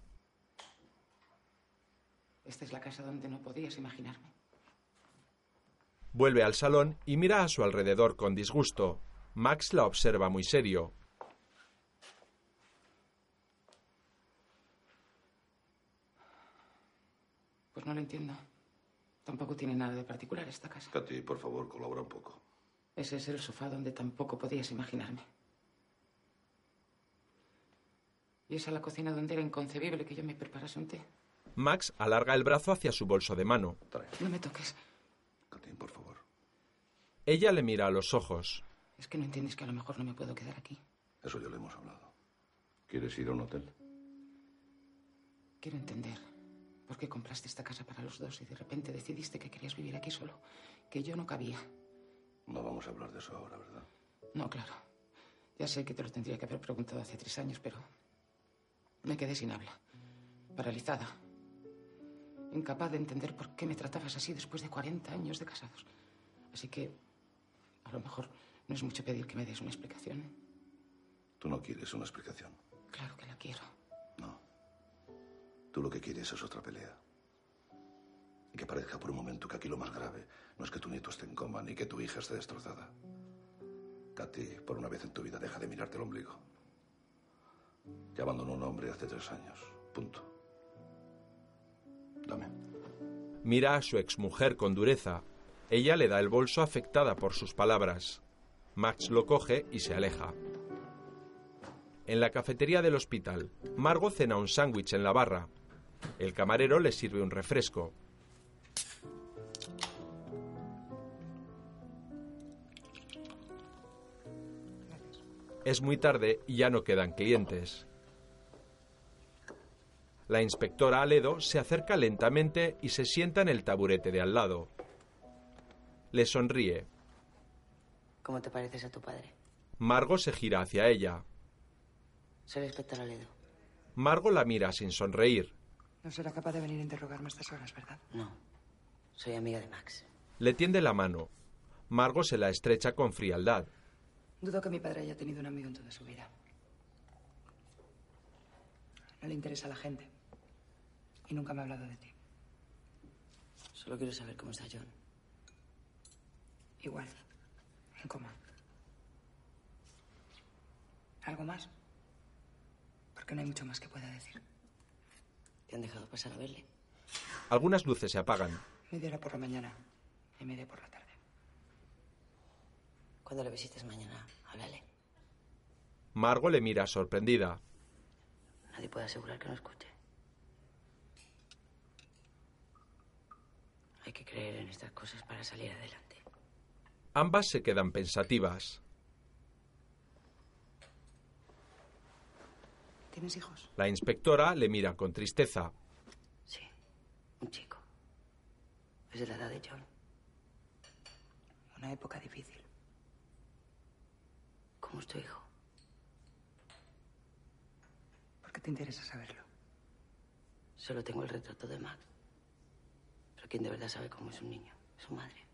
H: Esta es la casa donde no podías imaginarme.
A: Vuelve al salón y mira a su alrededor con disgusto. Max la observa muy serio.
H: Pues no lo entiendo. Tampoco tiene nada de particular esta casa.
I: Katy, por favor, colabora un poco.
H: Ese es el sofá donde tampoco podías imaginarme. Y esa la cocina donde era inconcebible que yo me preparase un té.
A: Max alarga el brazo hacia su bolso de mano.
H: No me toques.
A: Ella le mira a los ojos.
H: Es que no entiendes que a lo mejor no me puedo quedar aquí.
I: Eso ya lo hemos hablado. ¿Quieres ir a un hotel?
H: Quiero entender por qué compraste esta casa para los dos y de repente decidiste que querías vivir aquí solo, que yo no cabía.
I: No vamos a hablar de eso ahora, ¿verdad?
H: No, claro. Ya sé que te lo tendría que haber preguntado hace tres años, pero me quedé sin habla, paralizada, incapaz de entender por qué me tratabas así después de 40 años de casados. Así que a lo mejor no es mucho pedir que me des una explicación. ¿eh?
I: Tú no quieres una explicación.
H: Claro que la quiero.
I: Tú lo que quieres es otra pelea. Y que parezca por un momento que aquí lo más grave no es que tu nieto esté en coma ni que tu hija esté destrozada. Katy, por una vez en tu vida, deja de mirarte el ombligo. Te abandonó un hombre hace tres años. Punto.
A: Mira a su exmujer con dureza. Ella le da el bolso afectada por sus palabras. Max lo coge y se aleja. En la cafetería del hospital, Margo cena un sándwich en la barra. El camarero le sirve un refresco. Es muy tarde y ya no quedan clientes. La inspectora Aledo se acerca lentamente y se sienta en el taburete de al lado. Le sonríe.
J: ¿Cómo te pareces a tu padre?
A: Margo se gira hacia ella.
J: Soy el inspector Aledo.
A: Margo la mira sin sonreír.
J: No será capaz de venir a interrogarme a estas horas, ¿verdad? No. Soy amiga de Max.
A: Le tiende la mano. Margo se la estrecha con frialdad.
D: Dudo que mi padre haya tenido un amigo en toda su vida. No le interesa a la gente. Y nunca me ha hablado de ti.
J: Solo quiero saber cómo está John.
D: Igual. En coma. ¿Algo más? Porque no hay mucho más que pueda decir.
J: ¿Te han dejado pasar a verle?
A: Algunas luces se apagan.
D: Media hora por la mañana y media por la tarde.
J: Cuando lo visites mañana, háblale.
A: Margo le mira sorprendida.
J: Nadie puede asegurar que no escuche. Hay que creer en estas cosas para salir adelante.
A: Ambas se quedan pensativas.
D: ¿Tienes hijos?
A: La inspectora le mira con tristeza.
J: Un chico. Es de la edad de John.
D: Una época difícil.
J: ¿Cómo es tu hijo?
D: ¿Por qué te interesa saberlo?
J: Solo tengo el retrato de Max. Pero quien de verdad sabe cómo es un niño, su madre.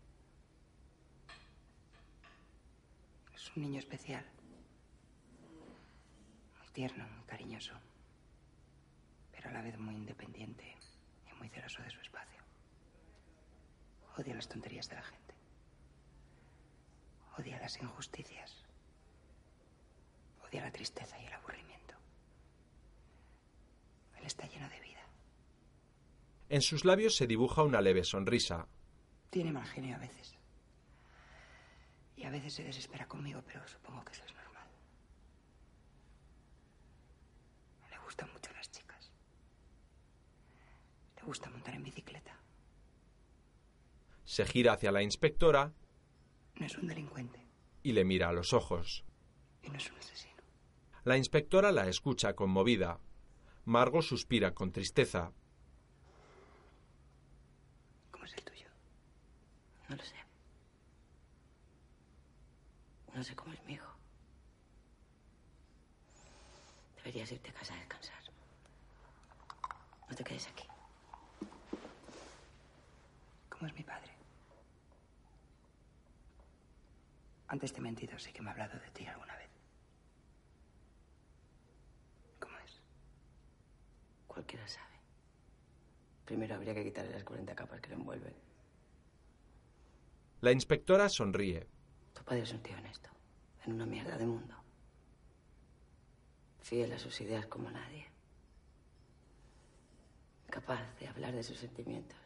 D: Es un niño especial. Muy tierno, muy cariñoso. Pero a la vez muy independiente y muy celoso de su espacio. Odia las tonterías de la gente. Odia las injusticias. Odia la tristeza y el aburrimiento. Él está lleno de vida.
A: En sus labios se dibuja una leve sonrisa.
D: Tiene mal genio a veces. Y a veces se desespera conmigo, pero supongo que eso es normal. Le gustan mucho las chicas. Le gusta montar en bicicleta.
A: Se gira hacia la inspectora
D: No es un delincuente
A: y le mira a los ojos.
D: y no es un asesino.
A: La inspectora la escucha conmovida. Margo suspira con tristeza.
J: No lo sé. No sé cómo es mi hijo. Deberías irte a casa a descansar. No te quedes aquí.
D: ¿Cómo es mi padre? Antes te he mentido, sé que me ha hablado de ti alguna vez. ¿Cómo es?
J: Cualquiera sabe. Primero habría que quitarle las 40 capas que lo envuelven.
A: La inspectora sonríe.
J: Tu padre es un tío honesto. En una mierda de mundo. Fiel a sus ideas como nadie. Capaz de hablar de sus sentimientos.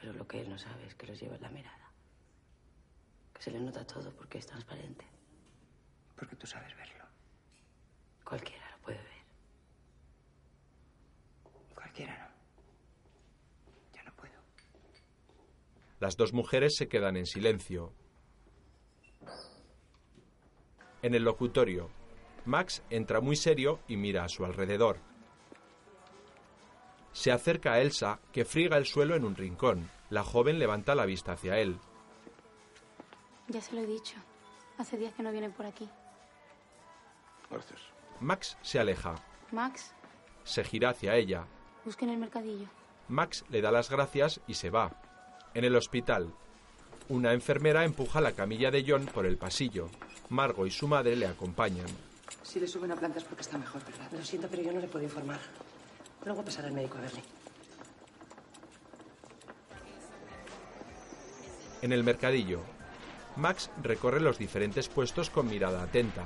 J: Pero lo que él no sabe es que los lleva en la mirada. Que se le nota todo porque es transparente.
D: Porque tú sabes verlo.
J: Cualquiera lo puede ver.
D: Cualquiera no.
A: Las dos mujeres se quedan en silencio. En el locutorio, Max entra muy serio y mira a su alrededor. Se acerca a Elsa, que friega el suelo en un rincón. La joven levanta la vista hacia él.
M: Ya se lo he dicho. Hace días que no viene por aquí.
A: Gracias. Max se aleja.
M: Max,
A: Se gira hacia ella.
M: busca en el mercadillo.
A: Max le da las gracias y se va. En el hospital, una enfermera empuja la camilla de John por el pasillo. Margo y su madre le acompañan.
B: Si le suben a plantas porque está mejor, ¿verdad?
J: Lo siento, pero yo no le puedo informar. Luego pasará el médico a verle.
A: En el mercadillo, Max recorre los diferentes puestos con mirada atenta.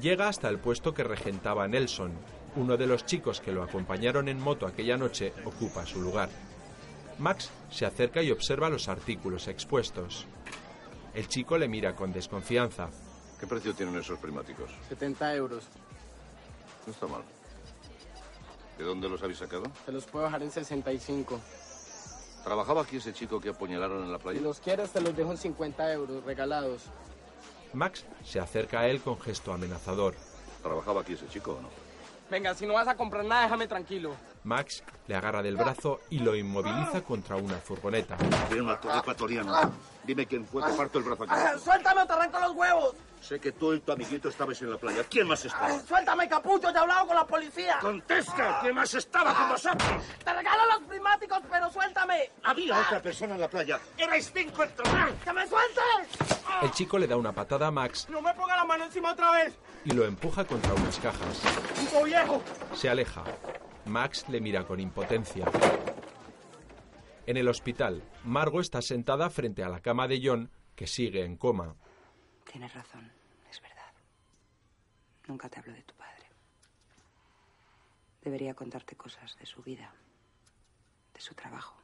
A: Llega hasta el puesto que regentaba Nelson. Uno de los chicos que lo acompañaron en moto aquella noche ocupa su lugar. Max se acerca y observa los artículos expuestos. El chico le mira con desconfianza.
I: ¿Qué precio tienen esos primáticos?
B: 70 euros.
I: No está mal. ¿De dónde los habéis sacado?
K: Te los puedo dejar en 65.
I: ¿Trabajaba aquí ese chico que apuñalaron en la
K: Si
I: playa?
K: los quieres, te los dejo en 50 euros, regalados.
A: Max se acerca a él con gesto amenazador.
I: ¿Trabajaba aquí ese chico o no?
K: Venga, si no vas a comprar nada, déjame tranquilo.
A: Max le agarra del brazo y lo inmoviliza contra una furgoneta.
I: Ven, actor ecuatoriano. Dime quién fue, te parto el brazo aquí.
K: Ah, ¡Suéltame o te arranco los huevos!
I: Ah,
K: Ah,
I: Sé que tú y tu amiguito estabais en la playa. ¿Quién más estaba?
K: ¡Suéltame, capucho! ¡Ya he hablado con la policía!
I: ¡Contesta! ¿Quién más estaba con vosotros?
K: ¡Te regalo los primáticos, pero suéltame! Ah,
U: ¡Ah!
I: Había otra persona en la playa. Erais cinco en total.
K: ¡Que me sueltes!
A: El chico le da una patada a Max
U: ¡No me ponga la mano encima otra vez!
A: y lo empuja contra unas cajas.
U: ¡Puto viejo!
A: Se aleja. Max le mira con impotencia. En el hospital, Margo está sentada frente a la cama de John, que sigue en coma.
D: Tienes razón, es verdad. Nunca te hablo de tu padre. Debería contarte cosas de su vida, de su trabajo,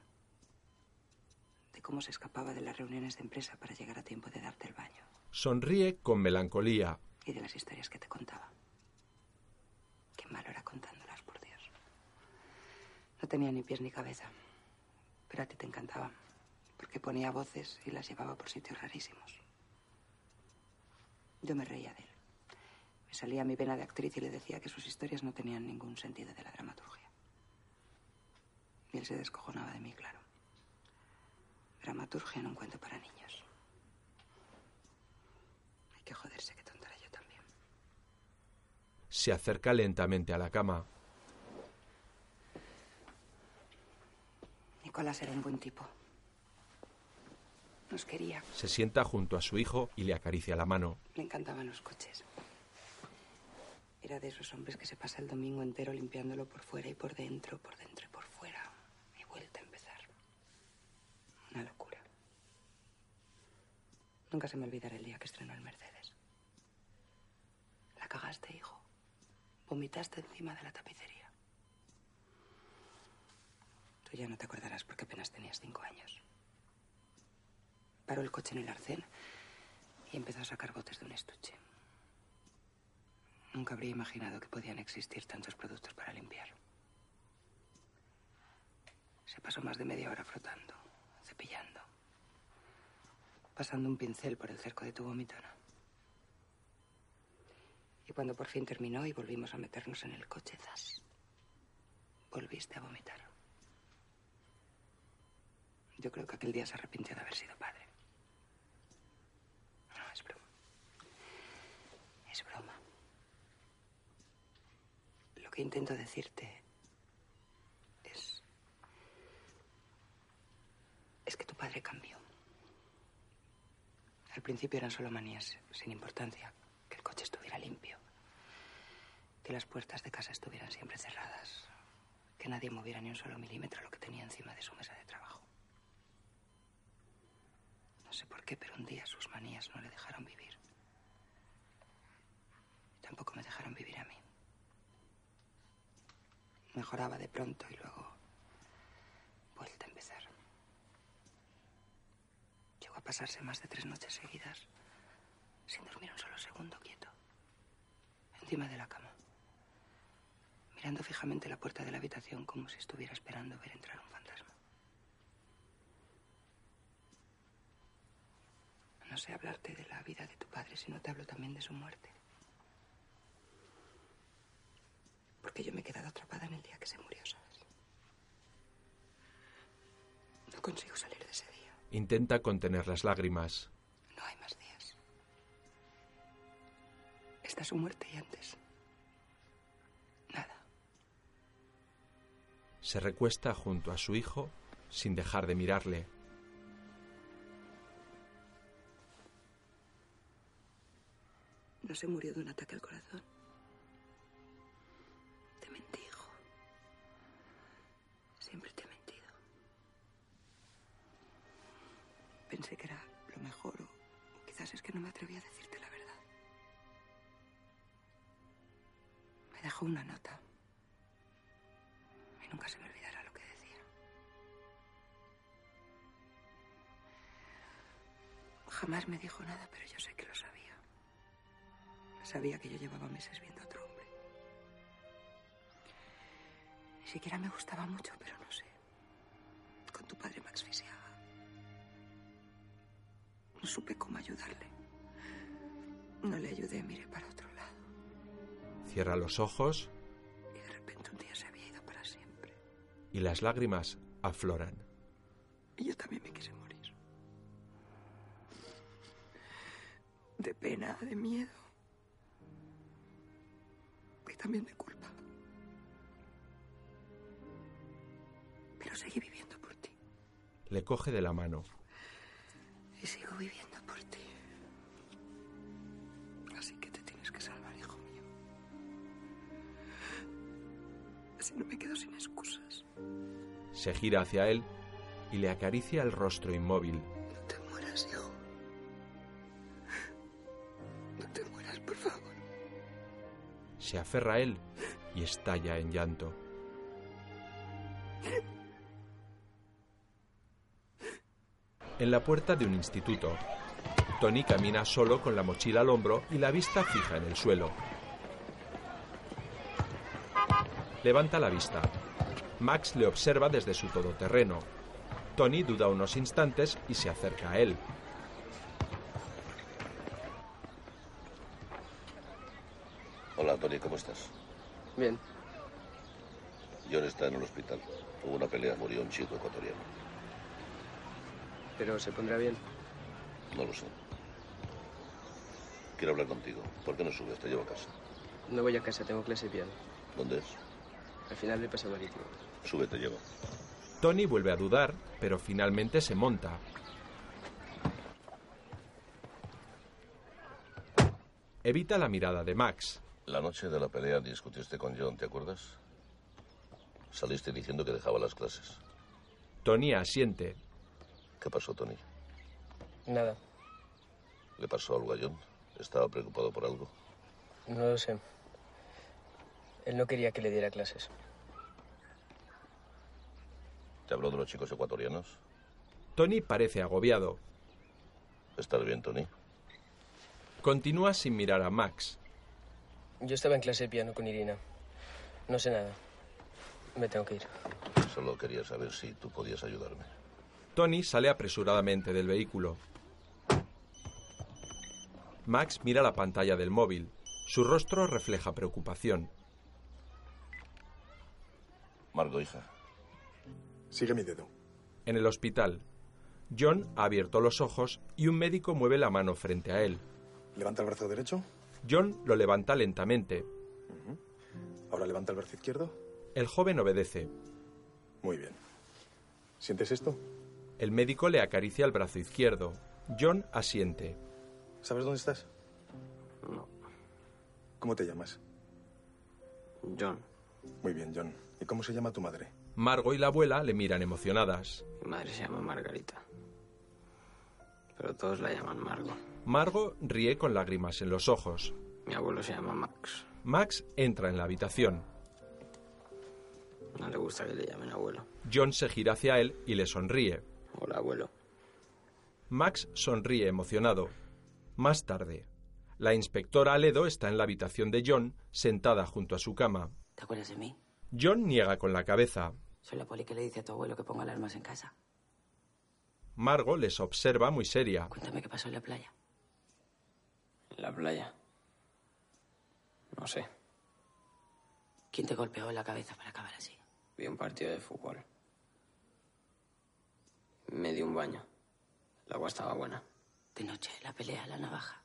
D: de cómo se escapaba de las reuniones de empresa para llegar a tiempo de darte el baño
A: Sonríe con melancolía.
D: y de las historias que te contaba. Qué malo era contándolas, por Dios. No tenía ni pies ni cabeza, pero a ti te encantaba, porque ponía voces y las llevaba por sitios rarísimos. Yo me reía de él. Me salía mi vena de actriz y le decía que sus historias no tenían ningún sentido de la dramaturgia. Y él se descojonaba de mí, claro. Dramaturgia en un cuento para niños. Hay que joderse que tonta era yo también.
A: Se acerca lentamente a la cama.
D: Nicolás era un buen tipo. Nos quería.
A: Se sienta junto a su hijo y le acaricia la mano.
D: Le encantaban los coches. Era de esos hombres que se pasa el domingo entero limpiándolo por fuera y por dentro, por dentro y por fuera. Y vuelta a empezar. Una locura. Nunca se me olvidará el día que estrenó el Mercedes. La cagaste, hijo. Vomitaste encima de la tapicería. Tú ya no te acordarás porque apenas tenías cinco años. Paró el coche en el arcén y empezó a sacar botes de un estuche. Nunca habría imaginado que podían existir tantos productos para limpiar. Se pasó más de media hora frotando, cepillando, pasando un pincel por el cerco de tu vomitona. Y cuando por fin terminó y volvimos a meternos en el coche, ¡zas! Volviste a vomitar. Yo creo que aquel día se arrepintió de haber sido padre. No, es broma. Es broma. Lo que intento decirte es. es que tu padre cambió. Al principio eran solo manías, sin importancia. Que el coche estuviera limpio. Que las puertas de casa estuvieran siempre cerradas. Que nadie moviera ni un solo milímetro lo que tenía encima de su mesa de trabajo. No sé por qué, pero un día sus manías no le dejaron vivir. Tampoco me dejaron vivir a mí. Mejoraba de pronto y luego. vuelta a empezar. Llegó a pasarse más de tres noches seguidas sin dormir un solo segundo quieto. Encima de la cama. Mirando fijamente la puerta de la habitación como si estuviera esperando ver entrar un fantasma. No sé hablarte de la vida de tu padre si no te hablo también de su muerte. Porque yo me he quedado atrapada en el día que se murió, ¿sabes? No consigo salir de ese día.
A: Intenta contener las lágrimas.
D: No hay más días. Está su muerte y antes.
A: Se recuesta junto a su hijo sin dejar de mirarle.
D: No se murió de un ataque al corazón. Te mentí, hijo. Siempre te he mentido. Pensé que era lo mejor o, o quizás es que no me atreví a decirte la verdad. Me dejó una nota. Y nunca se me olvidará lo que decía. Jamás me dijo nada, pero yo sé que lo sabía. Sabía que yo llevaba meses viendo a otro hombre. Ni siquiera me gustaba mucho, pero no sé. Con tu padre me asfixiaba. No supe cómo ayudarle. No le ayudé, miré para otro lado.
A: Cierra los ojos
D: Y de repente un día se había ido para siempre.
A: y las lágrimas afloran.
D: Y yo también me quise morir. De pena, de miedo. Y también de culpa. Pero seguí viviendo por ti.
A: Le coge de la mano.
D: Y sigo viviendo por ti.
C: No me quedo sin excusas.
A: Se gira hacia él y le acaricia el rostro inmóvil.
C: Te mueras, hijo. No te mueras, por favor.
A: Se aferra a él y estalla en llanto. En la puerta de un instituto, Tony camina solo con la mochila al hombro y la vista fija en el suelo. Levanta la vista. Max le observa desde su todoterreno. Tony duda unos instantes y se acerca a él.
I: Hola, Tony, ¿cómo estás?
B: Bien.
I: John está en el hospital. Hubo una pelea, murió un chico ecuatoriano.
B: Pero se pondrá bien.
I: No lo sé. Quiero hablar contigo. ¿Por qué no subes? Te llevo a casa.
B: No voy a casa, tengo clase piano.
I: ¿Dónde es?
B: Al final del paseo marítimo.
I: Sube, te llevo.
A: Tony vuelve a dudar, pero finalmente se monta. Evita la mirada de Max.
I: La noche de la pelea discutiste con John, ¿te acuerdas? Saliste diciendo que dejaba las clases.
A: Tony asiente.
I: ¿Qué pasó, Tony?
B: Nada,
I: ¿Le pasó algo a John? ¿Estaba preocupado por algo?
B: no lo sé. Él no quería que le diera clases.
I: ¿Te habló de los chicos ecuatorianos?
A: Tony parece agobiado.
I: ¿Estás bien, Tony?
A: Continúa sin mirar a Max.
B: Yo estaba en clase de piano con Irina. No sé nada. Me tengo que ir.
I: Solo quería saber si tú podías ayudarme.
A: Tony sale apresuradamente del vehículo. Max mira la pantalla del móvil. Su rostro refleja preocupación.
I: Margo, hija.
F: Sigue mi dedo.
A: En el hospital, John ha abierto los ojos y un médico mueve la mano frente a él.
F: Levanta el brazo derecho.
A: John lo levanta lentamente.
F: Ahora levanta el brazo izquierdo.
A: El joven obedece.
F: Muy bien. ¿Sientes esto?
A: El médico le acaricia el brazo izquierdo. John asiente.
F: ¿Sabes dónde estás?
B: No.
F: ¿Cómo te llamas?
B: John.
F: Muy bien, John. ¿Y cómo se llama tu madre?
A: Margo y la abuela le miran emocionadas.
B: Mi madre se llama Margarita. Pero todos la llaman Margo.
A: Margo ríe con lágrimas en los ojos.
B: Mi abuelo se llama Max.
A: Max entra en la habitación.
B: No le gusta que le llamen abuelo.
A: John se gira hacia él y le sonríe.
B: Hola, abuelo.
A: Max sonríe emocionado. Más tarde, la inspectora Aledo está en la habitación de John, sentada junto a su cama.
J: ¿Te acuerdas de mí?
A: John niega con la cabeza.
J: Soy la poli que le dice a tu abuelo que ponga alarmas en casa.
A: Margo les observa muy seria.
J: Cuéntame qué pasó en la playa.
B: En la playa. No sé.
J: ¿Quién te golpeó en la cabeza para acabar así?
B: Vi un partido de fútbol. Me di un baño. El agua estaba buena.
J: De noche, la pelea, la navaja.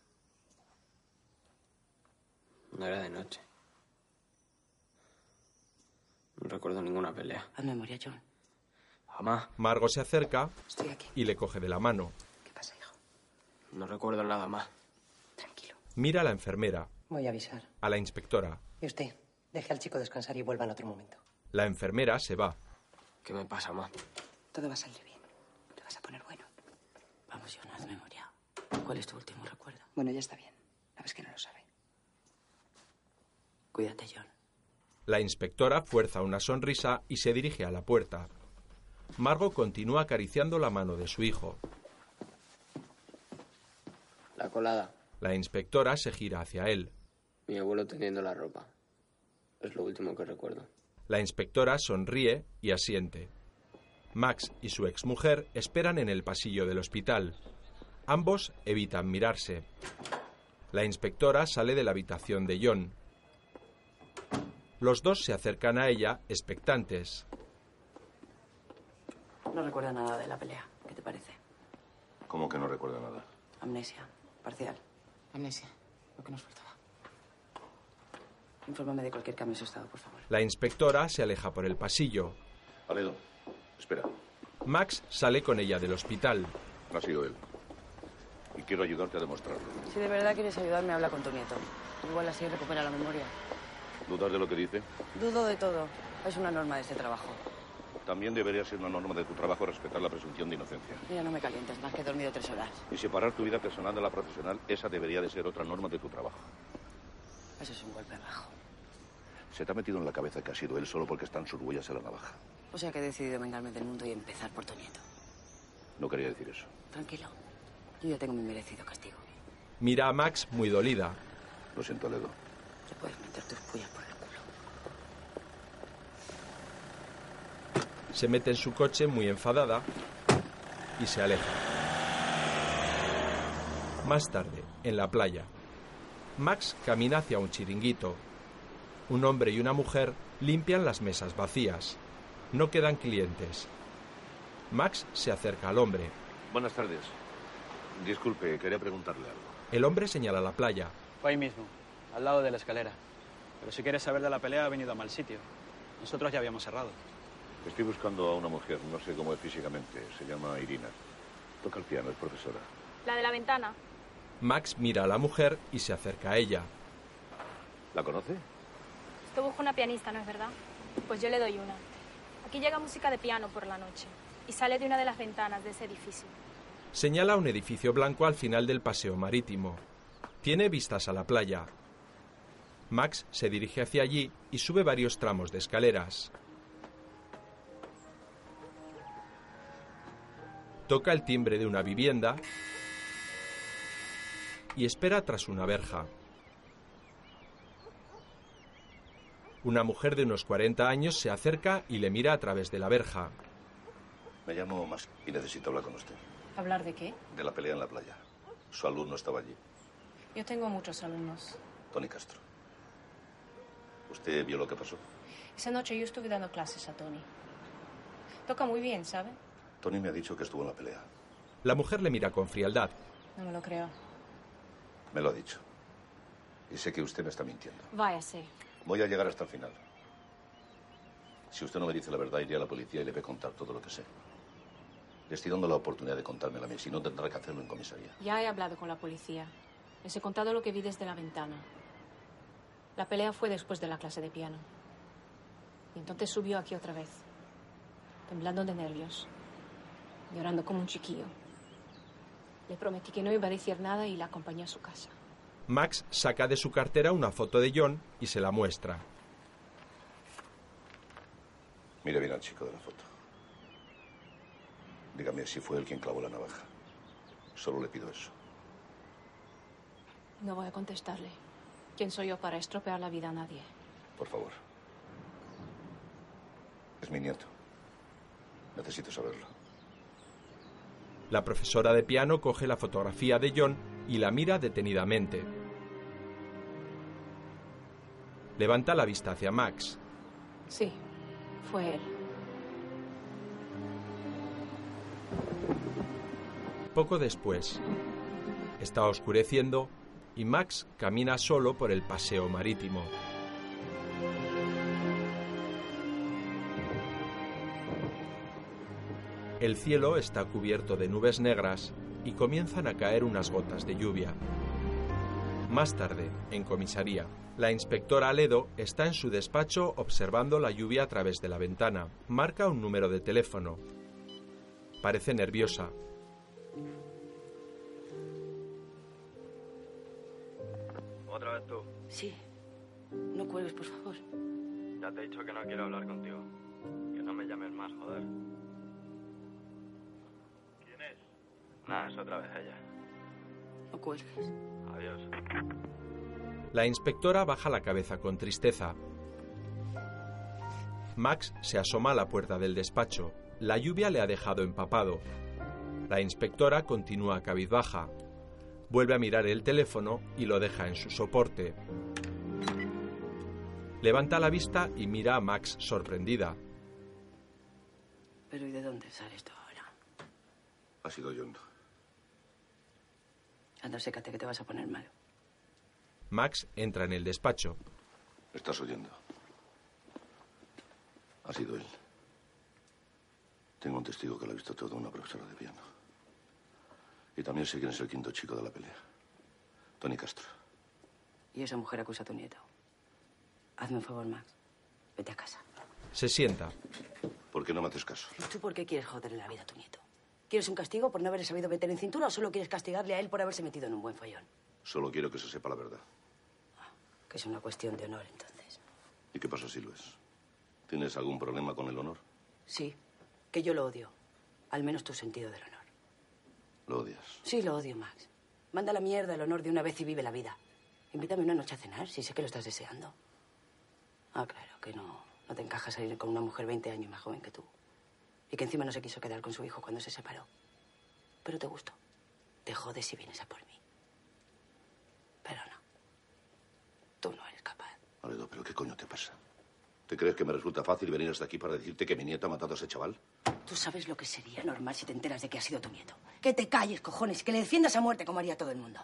B: No era de noche. No recuerdo ninguna pelea.
J: Haz memoria, John.
B: Mamá,
A: Margo se acerca
J: Estoy aquí.
A: y le coge de la mano.
B: no recuerdo nada más.
A: Mira a la enfermera,
V: Voy a avisar.
A: a la inspectora.
V: Y usted, deje al chico descansar y vuelva en otro momento.
A: La enfermera se va.
B: ¿Qué me pasa, ma?
V: Todo va a salir bien. Te vas a poner bueno.
J: Vamos, John, haz memoria. ¿Cuál es tu último recuerdo?
V: Bueno, ya está bien. Sabes que no lo sabe.
J: Cuídate, John.
A: La inspectora fuerza una sonrisa y se dirige a la puerta. Margo continúa acariciando la mano de su hijo.
B: La colada.
A: La inspectora se gira hacia él.
B: Mi abuelo tendiendo la ropa. Es lo último que recuerdo.
A: La inspectora sonríe y asiente. Max y su exmujer esperan en el pasillo del hospital. Ambos evitan mirarse. La inspectora sale de la habitación de John. Los dos se acercan a ella, expectantes.
J: No recuerdo nada de la pelea. ¿Qué te parece?
I: ¿Cómo que no recuerda nada?
J: Amnesia, parcial.
H: Amnesia, lo que nos faltaba.
J: Infórmame de cualquier cambio en su estado, por favor.
A: La inspectora se aleja por el pasillo.
I: Aledo, espera.
A: Max sale con ella del hospital.
I: No ha sido él. Y quiero ayudarte a demostrarlo.
J: Si de verdad quieres ayudarme, habla con tu nieto. Igual así recupera la memoria.
I: ¿Dudas de lo que dice?
J: Dudo de todo. Es una norma de este trabajo.
I: También debería ser una norma de tu trabajo respetar la presunción de inocencia.
J: Mira, no me calientes más que he dormido tres horas.
I: Y separar tu vida personal de la profesional, esa debería de ser otra norma de tu trabajo.
J: Eso es un golpe bajo.
I: Se te ha metido en la cabeza que ha sido él solo porque están sus huellas en la navaja.
J: O sea que he decidido vengarme del mundo y empezar por tu nieto.
I: No quería decir eso.
J: Tranquilo. Yo ya tengo mi merecido castigo.
A: Mira a Max muy dolida.
I: Lo siento, Ledo.
J: Te puedes meter tus puyas por el culo.
A: Se mete en su coche muy enfadada y se aleja. Más tarde, en la playa, Max camina hacia un chiringuito. Un hombre y una mujer limpian las mesas vacías. No quedan clientes. Max se acerca al hombre.
I: Buenas tardes. Disculpe, quería preguntarle algo.
A: El hombre señala la playa.
E: Fue ahí mismo, al lado de la escalera. Pero si quieres saber de la pelea, ha venido a mal sitio. Nosotros ya habíamos cerrado.
I: Estoy buscando a una mujer, no sé cómo es físicamente. Se llama Irina. Toca el piano, es profesora.
R: La de la ventana.
A: Max mira a la mujer y se acerca a ella.
I: ¿La conoce?
R: Usted busca una pianista, ¿no es verdad? Pues yo le doy una. Aquí llega música de piano por la noche y sale de una de las ventanas de ese edificio.
A: Señala un edificio blanco al final del paseo marítimo. Tiene vistas a la playa. Max se dirige hacia allí y sube varios tramos de escaleras. Toca el timbre de una vivienda y espera tras una verja. Una mujer de unos 40 años se acerca y le mira a través de la verja.
I: Me llamo Max y necesito hablar con usted.
N: ¿Hablar de qué?
I: De la pelea en la playa. Su alumno estaba allí,
N: Yo tengo muchos alumnos.
I: Tony Castro. ¿Usted vio lo que pasó?
N: Esa noche yo estuve dando clases a Tony. Toca muy bien, ¿sabe?
I: Tony me ha dicho que estuvo en la pelea.
A: La mujer le mira con frialdad.
N: No me lo creo.
I: Me lo ha dicho. Y sé que usted me está mintiendo.
N: Váyase.
I: Voy a llegar hasta el final. Si usted no me dice la verdad, iré a la policía y le voy a contar todo lo que sé. Le estoy dando la oportunidad de contármela a mí, si no tendrá que hacerlo en comisaría.
N: Ya he hablado con la policía. Les he contado lo que vi desde la ventana. La pelea fue después de la clase de piano. Y entonces subió aquí otra vez, temblando de nervios, llorando como un chiquillo. Le prometí que no iba a decir nada y la acompañé a su casa.
A: Max saca de su cartera una foto de John y se la muestra.
I: Mire bien al chico de la foto. Dígame si fue él quien clavó la navaja. Solo le pido eso.
N: No voy a contestarle. ¿Quién soy yo para estropear la vida a nadie?
I: Por favor. Es mi nieto. Necesito saberlo.
A: La profesora de piano coge la fotografía de John y la mira detenidamente. Levanta la vista hacia Max.
N: Sí, fue él.
A: Poco después, está oscureciendo y Max camina solo por el paseo marítimo. El cielo está cubierto de nubes negras y comienzan a caer unas gotas de lluvia. Más tarde, en comisaría, la inspectora Aledo está en su despacho observando la lluvia a través de la ventana. Marca un número de teléfono. Parece nerviosa.
W: ¿Otra vez tú?
J: Sí. No cuelgues, por favor.
W: Ya te he dicho que no quiero hablar contigo. Que no me llames más, joder.
X: ¿Quién es?
W: Nada, es otra vez ella.
J: No cuelgues.
W: Adiós.
A: La inspectora baja la cabeza con tristeza. Max se asoma a la puerta del despacho. La lluvia le ha dejado empapado. La inspectora continúa cabizbaja. Vuelve a mirar el teléfono y lo deja en su soporte. Levanta la vista y mira a Max sorprendida.
J: Pero ¿y de dónde sale esto ahora?
I: Ha sido John.
J: Anda, sécate que te vas a poner malo.
A: Max entra en el despacho.
I: Estás oyendo. Ha sido él. Tengo un testigo que lo ha visto todo, una profesora de piano. Y también sé quién es el quinto chico de la pelea. Tony Castro.
J: Y esa mujer acusa a tu nieto. Hazme un favor, Max. Vete a casa.
A: Se sienta.
I: ¿Por qué no me haces caso?
J: ¿Tú por qué quieres joderle la vida a tu nieto? ¿Quieres un castigo por no haber sabido meter en cintura o solo quieres castigarle a él por haberse metido en un buen follón?
I: Solo quiero que se sepa la verdad.
J: Que es una cuestión de honor, entonces.
I: ¿Y qué pasa si lo es? ¿Tienes algún problema con el honor?
J: Sí, que yo lo odio. Al menos tu sentido del honor.
I: Lo odias.
J: Sí, lo odio, Max. Manda a la mierda el honor de una vez y vive la vida. Invítame una noche a cenar, si sé que lo estás deseando. Ah, claro, que no, no te encaja salir con una mujer 20 años más joven que tú. Y que encima no se quiso quedar con su hijo cuando se separó. Pero te gusto. Te jodes si vienes a por mí. Pero no. Tú no eres capaz.
I: Alfredo, ¿pero qué coño te pasa? ¿Te crees que me resulta fácil venir hasta aquí para decirte que mi nieta ha matado a ese chaval?
J: Tú sabes lo que sería normal si te enteras de que ha sido tu nieto. Que te calles, cojones, y que le defiendas a muerte como haría todo el mundo.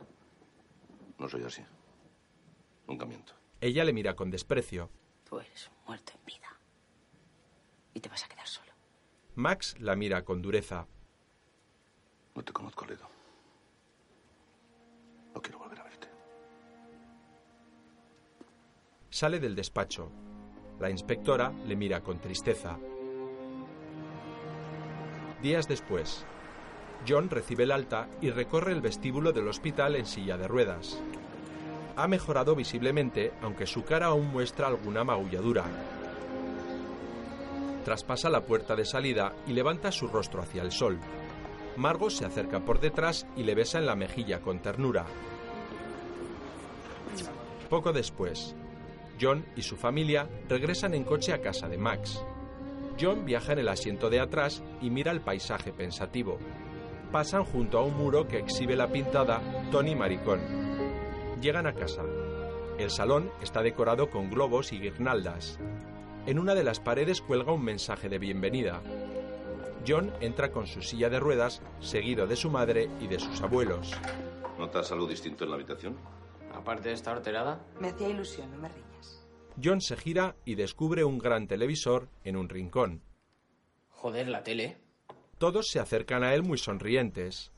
I: No soy así. Nunca miento.
A: Ella le mira con desprecio.
J: Tú eres un muerto en vida. Y te vas a quedar solo.
A: Max la mira con dureza.
I: No te conozco, Ledo. No quiero volver a verte.
A: Sale del despacho. La inspectora le mira con tristeza. Días después, John recibe el alta y recorre el vestíbulo del hospital en silla de ruedas. Ha mejorado visiblemente, aunque su cara aún muestra alguna magulladura. Traspasa la puerta de salida y levanta su rostro hacia el sol. Margot se acerca por detrás y le besa en la mejilla con ternura. Poco después, John y su familia regresan en coche a casa de Max. John viaja en el asiento de atrás y mira el paisaje pensativo. Pasan junto a un muro que exhibe la pintada Tony Maricón. Llegan a casa. El salón está decorado con globos y guirnaldas. En una de las paredes cuelga un mensaje de bienvenida. John entra con su silla de ruedas, seguido de su madre y de sus abuelos.
I: ¿Notas algo distinto en la habitación?
S: Aparte de estar alterada,
T: Me hacía ilusión, no me riñas.
A: John se gira y descubre un gran televisor en un rincón.
S: joder, la tele.
A: Todos se acercan a él muy sonrientes.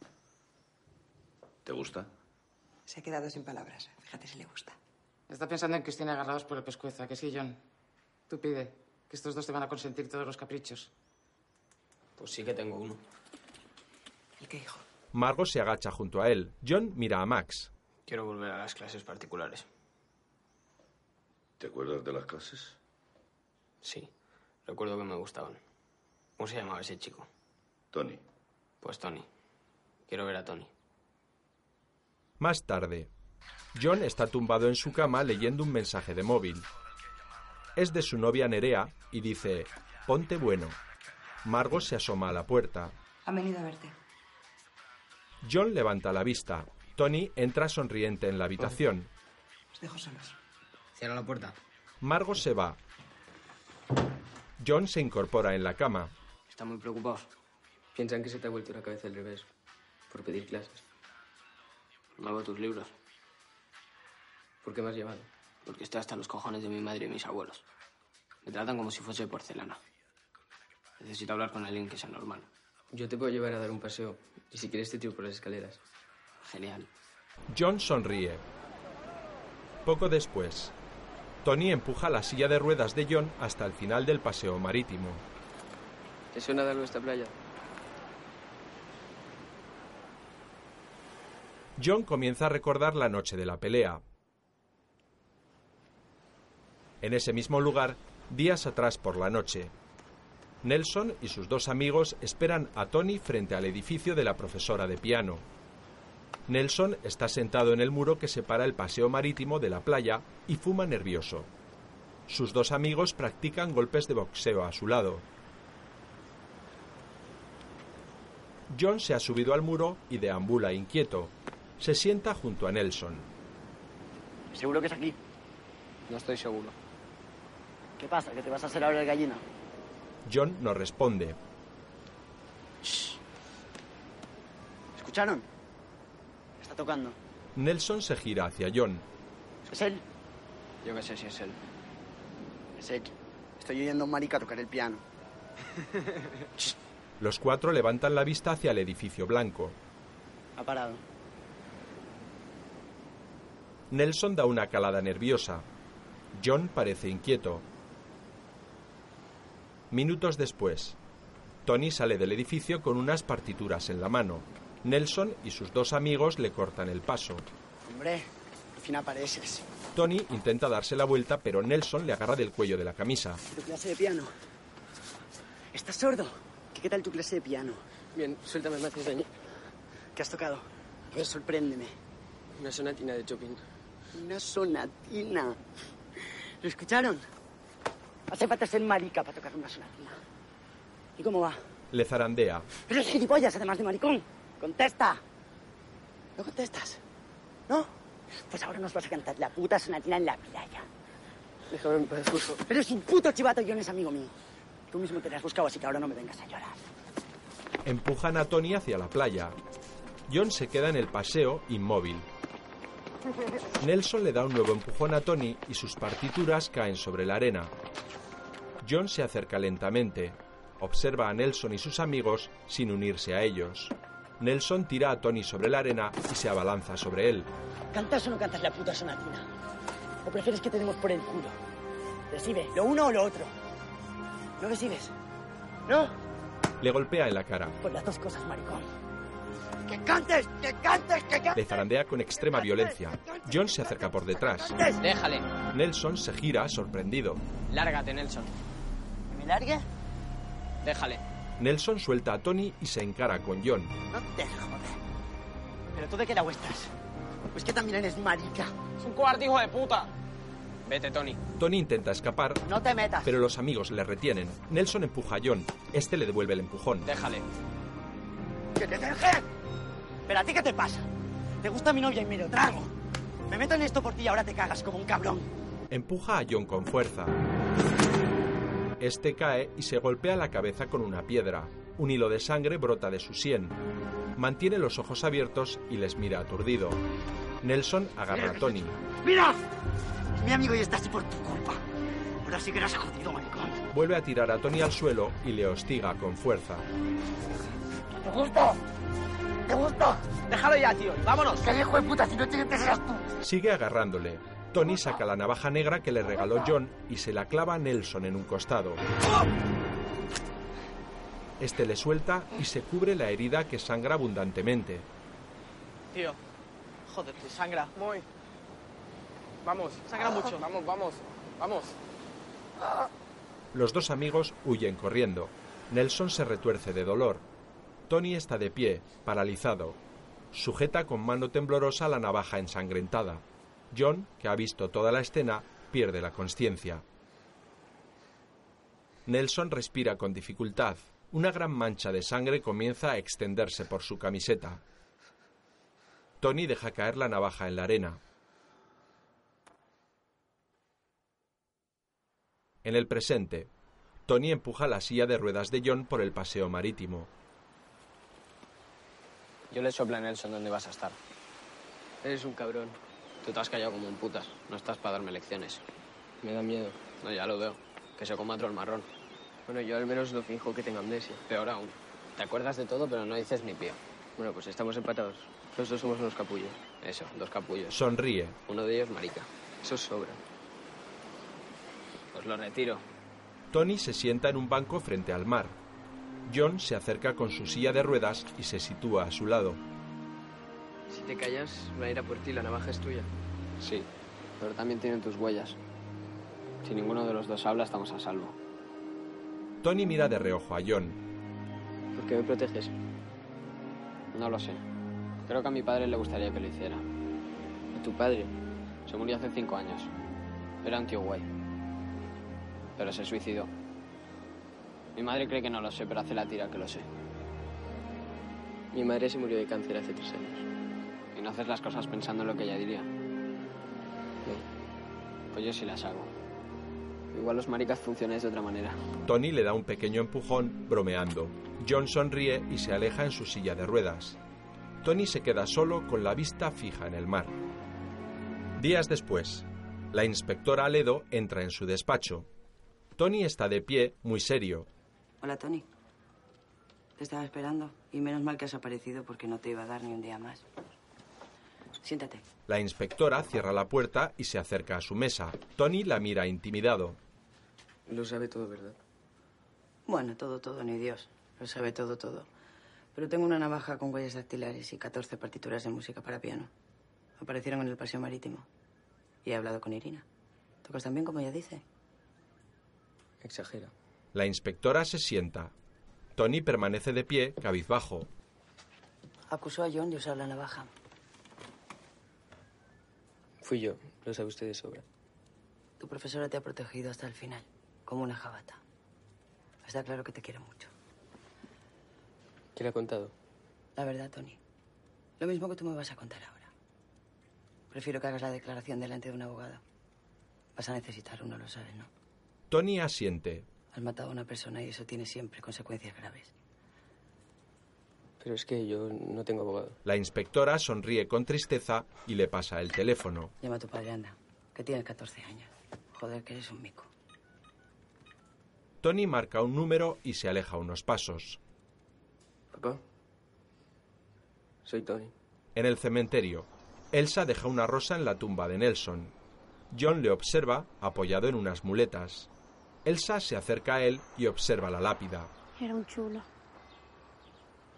I: ¿Te gusta?
V: Se ha quedado sin palabras. Fíjate si le gusta.
H: Está pensando en que os tiene agarrados por el pescuezo, ¿a que sí, John? Tú pide, que estos dos te van a consentir todos los caprichos.
S: Pues sí que tengo uno.
V: ¿El qué, hijo?
A: Margo se agacha junto a él. John mira a Max.
S: Quiero volver a las clases particulares.
I: ¿Te acuerdas de las clases?
S: Sí, recuerdo que me gustaban. ¿Cómo se llamaba ese chico?
I: Tony.
S: Pues Tony. Quiero ver a Tony.
A: Más tarde, John está tumbado en su cama leyendo un mensaje de móvil. Es de su novia Nerea y dice, ponte bueno. Margo se asoma a la puerta.
V: Han venido a verte.
A: John levanta la vista. Tony entra sonriente en la habitación.
V: Os dejo solos.
S: Cierra la puerta.
A: Margo se va. John se incorpora en la cama.
S: Están muy preocupados. Piensan que se te ha vuelto la cabeza al revés por pedir clases. Lavo tus libros. ¿Por qué me has llevado? Porque estoy hasta los cojones de mi madre y mis abuelos. Me tratan como si fuese porcelana. Necesito hablar con alguien que sea normal. Yo te puedo llevar a dar un paseo. Y si quieres te tiro por las escaleras. Genial.
A: John sonríe. Poco después, Tony empuja la silla de ruedas de John hasta el final del paseo marítimo.
S: ¿Te suena de algo esta playa?
A: John comienza a recordar la noche de la pelea. En ese mismo lugar, días atrás por la noche, Nelson y sus dos amigos esperan a Tony frente al edificio de la profesora de piano. Nelson está sentado en el muro que separa el paseo marítimo de la playa y fuma nervioso. Sus dos amigos practican golpes de boxeo a su lado. John se ha subido al muro y deambula inquieto. Se sienta junto a Nelson.
L: Seguro que es aquí.
S: No estoy seguro.
L: ¿Qué pasa? ¿Que te vas a hacer ahora el gallina?
A: John no responde.
L: ¿Escucharon? Está tocando.
A: Nelson se gira hacia John.
L: ¿Es él?
S: Yo qué sé si es él.
L: Es él.
K: Estoy oyendo a un marica tocar el piano.
A: Los cuatro levantan la vista hacia el edificio blanco.
L: Ha parado.
A: Nelson da una calada nerviosa. John parece inquieto. Minutos después, Tony sale del edificio con unas partituras en la mano. Nelson y sus dos amigos le cortan el paso.
K: Hombre, al fin apareces.
A: Tony intenta darse la vuelta, pero Nelson le agarra del cuello de la camisa.
K: Tu clase de piano. ¿Estás sordo? ¿Qué, qué tal tu clase de piano?
Y: Bien, suéltame, me haces daño.
K: ¿Qué has tocado? A ver, sorpréndeme.
Y: Una sonatina de Chopin.
K: Una sonatina. ¿Lo escucharon? Hace falta ser marica para tocar una sonatina. ¿Y cómo va?
A: Le zarandea.
K: Eres gilipollas, además de maricón. ¡Contesta! ¿No contestas? ¿No? Pues ahora nos vas a cantar la puta sonatina en la playa.
Y: Déjame en paz, por favor.
K: Pero sin puto chivato yo no es amigo mío. Tú mismo te la has buscado, así que ahora no me vengas a llorar.
A: Empujan a Tony hacia la playa. John se queda en el paseo, inmóvil. Nelson le da un nuevo empujón a Tony y sus partituras caen sobre la arena. John se acerca lentamente. Observa a Nelson y sus amigos sin unirse a ellos. Nelson tira a Tony sobre la arena y se abalanza sobre él.
K: ¿Cantas o no cantas la puta sonatina? ¿O prefieres que te demos por el culo? Recibe, lo uno o lo otro. ¿No recibes? ¿No?
A: Le golpea en la cara.
K: Pues las dos cosas, maricón. ¡Que cantes! ¡Que cantes! ¡Que
A: Le
K: cantes!
A: zarandea con extrema violencia. John se acerca por detrás.
B: Déjale.
A: Nelson se gira sorprendido.
B: Lárgate, Nelson.
K: ¿Que me largue?
B: Déjale.
A: Nelson suelta a Tony y se encara con John.
K: No te jodas. ¿Pero tú de qué la estás? Pues que también eres marica.
B: Es un cuarto, hijo de puta. Vete, Tony.
A: Tony intenta escapar,
K: No te metas.
A: pero los amigos le retienen. Nelson empuja a John. Este le devuelve el empujón.
B: Déjale.
K: ¡Que te deje! ¿Pero a ti qué te pasa? ¿Te gusta mi novia y me lo trago? Me meto en esto por ti y ahora te cagas como un cabrón.
A: Empuja a John con fuerza. Este cae y se golpea la cabeza con una piedra. Un hilo de sangre brota de su sien. Mantiene los ojos abiertos y les mira aturdido. Nelson agarra a Tony.
K: ¡Mira! Es mi amigo y está así por tu culpa. Ahora sí que eres jodido, eh. maricón.
A: Vuelve a tirar a Tony al suelo y le hostiga con fuerza.
K: ¡Te gusta! ¡Te gusta! Déjalo ya, tío. ¡Vámonos! ¡Que hijo de puta! Si no tienes, serás tú.
A: Sigue agarrándole. Tony saca la navaja negra que le regaló John y se la clava a Nelson en un costado. Este le suelta y se cubre la herida que sangra abundantemente.
B: Tío. Joder, te sangra. Muy. Vamos. Sangra mucho. Vamos, vamos. Vamos.
A: Los dos amigos huyen corriendo. Nelson se retuerce de dolor. Tony está de pie, paralizado. Sujeta con mano temblorosa la navaja ensangrentada. John, que ha visto toda la escena, pierde la conciencia. Nelson respira con dificultad. Una gran mancha de sangre comienza a extenderse por su camiseta. Tony deja caer la navaja en la arena. En el presente, Tony empuja la silla de ruedas de John por el paseo marítimo.
B: Yo le soplo a Nelson dónde vas a estar. Eres un cabrón. Tú te has callado como un putas. No estás para darme lecciones. Me da miedo. No, ya lo veo. Que se coma otro el marrón. Bueno, yo al menos lo finjo que tengo amnesia. Peor aún. Te acuerdas de todo, pero no dices ni pío. Bueno, pues estamos empatados. Los dos somos unos capullos. Eso, dos capullos.
A: Sonríe.
B: Uno de ellos, marica. Eso sobra. Os lo retiro.
A: Tony se sienta en un banco frente al mar. John se acerca con su silla de ruedas y se sitúa a su lado.
B: Si te callas, va a ir a por ti. La navaja es tuya. Sí, pero también tienen tus huellas. Si ninguno de los dos habla, estamos a salvo.
A: Tony mira de reojo a John.
B: ¿Por qué me proteges? No lo sé. Creo que a mi padre le gustaría que lo hiciera. ¿Y tu padre? Se murió hace cinco años. Era un tío guay. Pero se suicidó. Mi madre cree que no lo sé, pero hace la tira que lo sé. Mi madre se murió de cáncer hace tres años. Y no haces las cosas pensando en lo que ella diría. Pues yo sí las hago. Igual los maricas funcionáis de otra manera.
A: Tony le da un pequeño empujón, bromeando. John sonríe y se aleja en su silla de ruedas. Tony se queda solo con la vista fija en el mar. Días después, la inspectora Aledo entra en su despacho. Tony está de pie, muy serio.
J: Hola, Tony. Te estaba esperando. Y menos mal que has aparecido porque no te iba a dar ni un día más. Siéntate.
A: La inspectora cierra la puerta y se acerca a su mesa. Tony la mira intimidado.
B: Lo sabe todo, ¿verdad?
J: Bueno, todo, todo, ni Dios. Lo sabe todo, todo. Pero tengo una navaja con huellas dactilares y 14 partituras de música para piano. Aparecieron en el paseo marítimo. Y he hablado con Irina. ¿Tocas también, como ella dice?
B: Exagera.
A: La inspectora se sienta. Tony permanece de pie, cabizbajo.
J: Acusó a John de usar la navaja.
B: Fui yo, lo sabe usted de sobra.
J: Tu profesora te ha protegido hasta el final, como una jabata. Está claro que te quiero mucho.
B: ¿Qué le ha contado?
J: La verdad, Tony. Lo mismo que tú me vas a contar ahora. Prefiero que hagas la declaración delante de un abogado. Vas a necesitar uno, lo sabes, ¿no?
A: Tony asiente.
J: Has matado a una persona y eso tiene siempre consecuencias graves.
B: Pero es que yo no tengo abogado.
A: La inspectora sonríe con tristeza y le pasa el teléfono.
J: Llama a tu padre, anda, que tienes 14 años. Joder, que eres un mico.
A: Tony marca un número y se aleja unos pasos.
B: Papá. Soy Tony.
A: En el cementerio, Elsa deja una rosa en la tumba de Nelson. John le observa apoyado en unas muletas. Elsa se acerca a él y observa la lápida.
M: Era un chulo.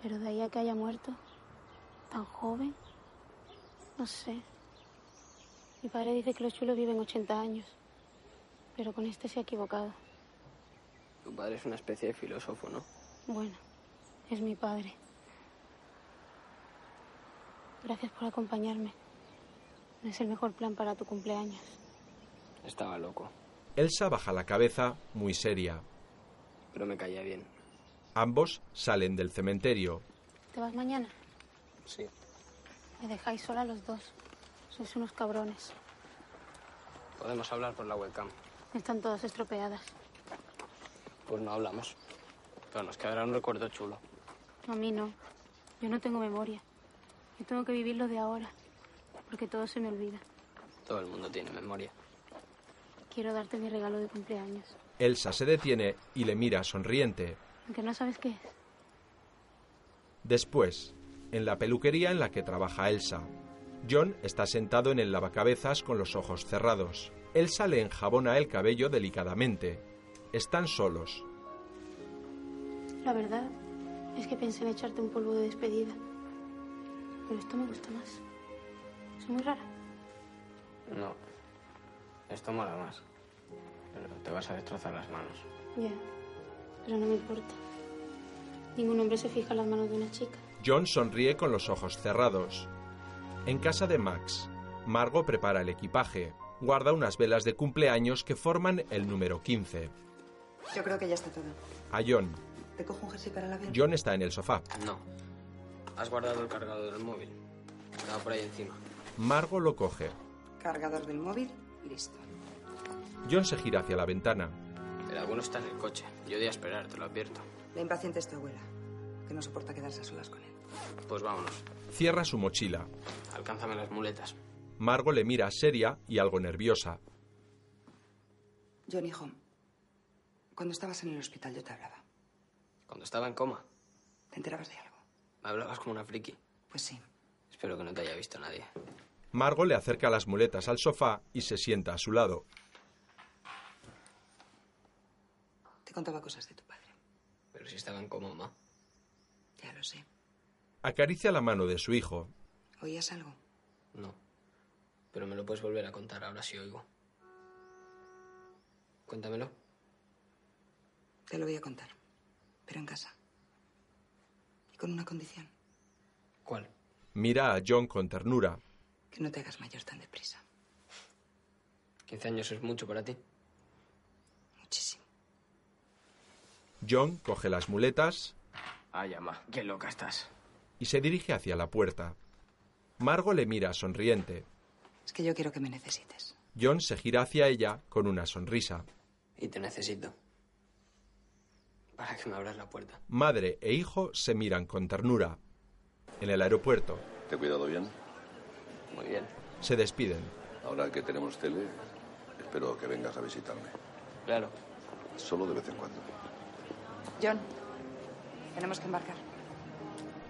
M: Pero de ahí a que haya muerto, tan joven, no sé. Mi padre dice que los chulos viven 80 años, pero con este se ha equivocado.
B: Tu padre es una especie de filósofo, ¿no?
M: Bueno, es mi padre. Gracias por acompañarme. No es el mejor plan para tu cumpleaños.
B: Estaba loco,
A: Elsa baja la cabeza, muy seria.
B: pero me caía bien.
A: Ambos salen del cementerio.
M: ¿Te vas mañana?
B: Sí.
M: Me dejáis sola los dos. Sois unos cabrones.
B: Podemos hablar por la webcam.
M: Están todas estropeadas.
B: Pues no hablamos. Pero nos quedará un recuerdo chulo.
M: A mí no. Yo no tengo memoria. Yo tengo que vivir lo de ahora, porque todo se me olvida.
B: Todo el mundo tiene memoria.
M: Quiero darte mi regalo de cumpleaños,
A: Elsa se detiene y le mira sonriente.
M: aunque no sabes qué es.
A: Después, en la peluquería en la que trabaja Elsa, John está sentado en el lavacabezas con los ojos cerrados. Elsa le enjabona el cabello delicadamente. Están solos.
M: La verdad es que pensé en echarte un polvo de despedida, pero esto me gusta más. Soy muy rara.
B: No. Esto mola más. Pero te vas a destrozar las manos.
M: Ya, pero no me importa. Ningún hombre se fija en las manos de una chica.
A: John sonríe con los ojos cerrados. En casa de Max, Margo prepara el equipaje, guarda unas velas de cumpleaños que forman el número 15.
D: Yo creo que ya está todo.
A: A John.
D: ¿Te cojo un jersey para la avión?
A: John está en el sofá.
B: No. Has guardado el cargador del móvil. Estaba por ahí encima.
A: Margo lo coge.
D: Cargador del móvil, listo.
A: John se gira hacia la ventana.
B: El alguno está en el coche. Yo de esperar, te lo advierto.
D: La impaciente es tu abuela, que no soporta quedarse a solas con él.
B: Pues vámonos.
A: Cierra su mochila.
B: Alcánzame las muletas.
A: Margo le mira seria y algo nerviosa.
D: John, hijo, cuando estabas en el hospital yo te hablaba.
B: Cuando estaba en coma,
D: ¿Te enterabas de algo?
B: me hablabas como una friki.
D: Pues sí.
B: Espero que no te haya visto nadie.
A: Margo le acerca las muletas al sofá y se sienta a su lado.
D: Te contaba cosas de tu padre.
B: Pero si estaba en coma, ma.
D: Ya lo sé.
A: Acaricia la mano de su hijo.
D: ¿Oías algo?
B: No. Pero me lo puedes volver a contar ahora si oigo. Cuéntamelo.
D: Te lo voy a contar. Pero en casa. Y con una condición.
B: ¿Cuál?
A: Mira a John con ternura.
D: Que no te hagas mayor tan deprisa.
B: 15 años es mucho para ti.
D: Muchísimo.
A: John coge las muletas
B: Ay, ama, Ah, qué loca estás.
A: y se dirige hacia la puerta. Margo le mira sonriente.
D: Es que yo quiero que me necesites.
A: John se gira hacia ella con una sonrisa.
B: Y te necesito. Para que me abras la puerta.
A: Madre e hijo se miran con ternura. En el aeropuerto
I: ¿Te he cuidado bien?
B: Muy bien.
A: se despiden.
I: Ahora que tenemos tele, espero que vengas a visitarme.
B: Claro.
I: Solo de vez en cuando.
D: John, tenemos que embarcar.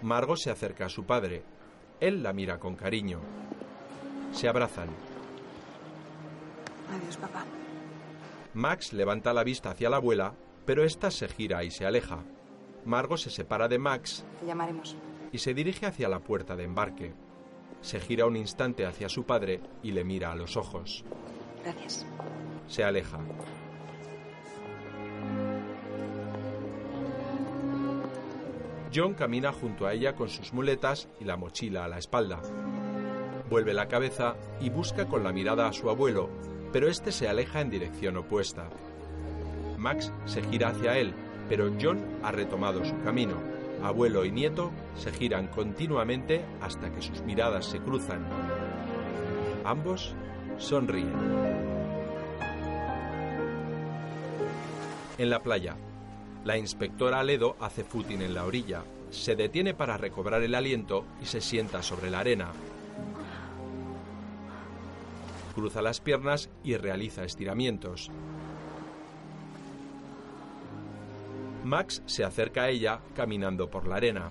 A: Margo se acerca a su padre. Él la mira con cariño. Se abrazan.
D: Adiós, papá.
A: Max levanta la vista hacia la abuela pero ésta se gira y se aleja. Margo se separa de Max
D: Te llamaremos.
A: y se dirige hacia la puerta de embarque. Se gira un instante hacia su padre y le mira a los ojos.
D: Gracias.
A: Se aleja. John camina junto a ella con sus muletas y la mochila a la espalda. Vuelve la cabeza y busca con la mirada a su abuelo, pero este se aleja en dirección opuesta. Max se gira hacia él, pero John ha retomado su camino. Abuelo y nieto se giran continuamente hasta que sus miradas se cruzan. Ambos sonríen. En la playa, la inspectora Aledo hace footing en la orilla, se detiene para recobrar el aliento y se sienta sobre la arena. Cruza las piernas y realiza estiramientos. Max se acerca a ella caminando por la arena.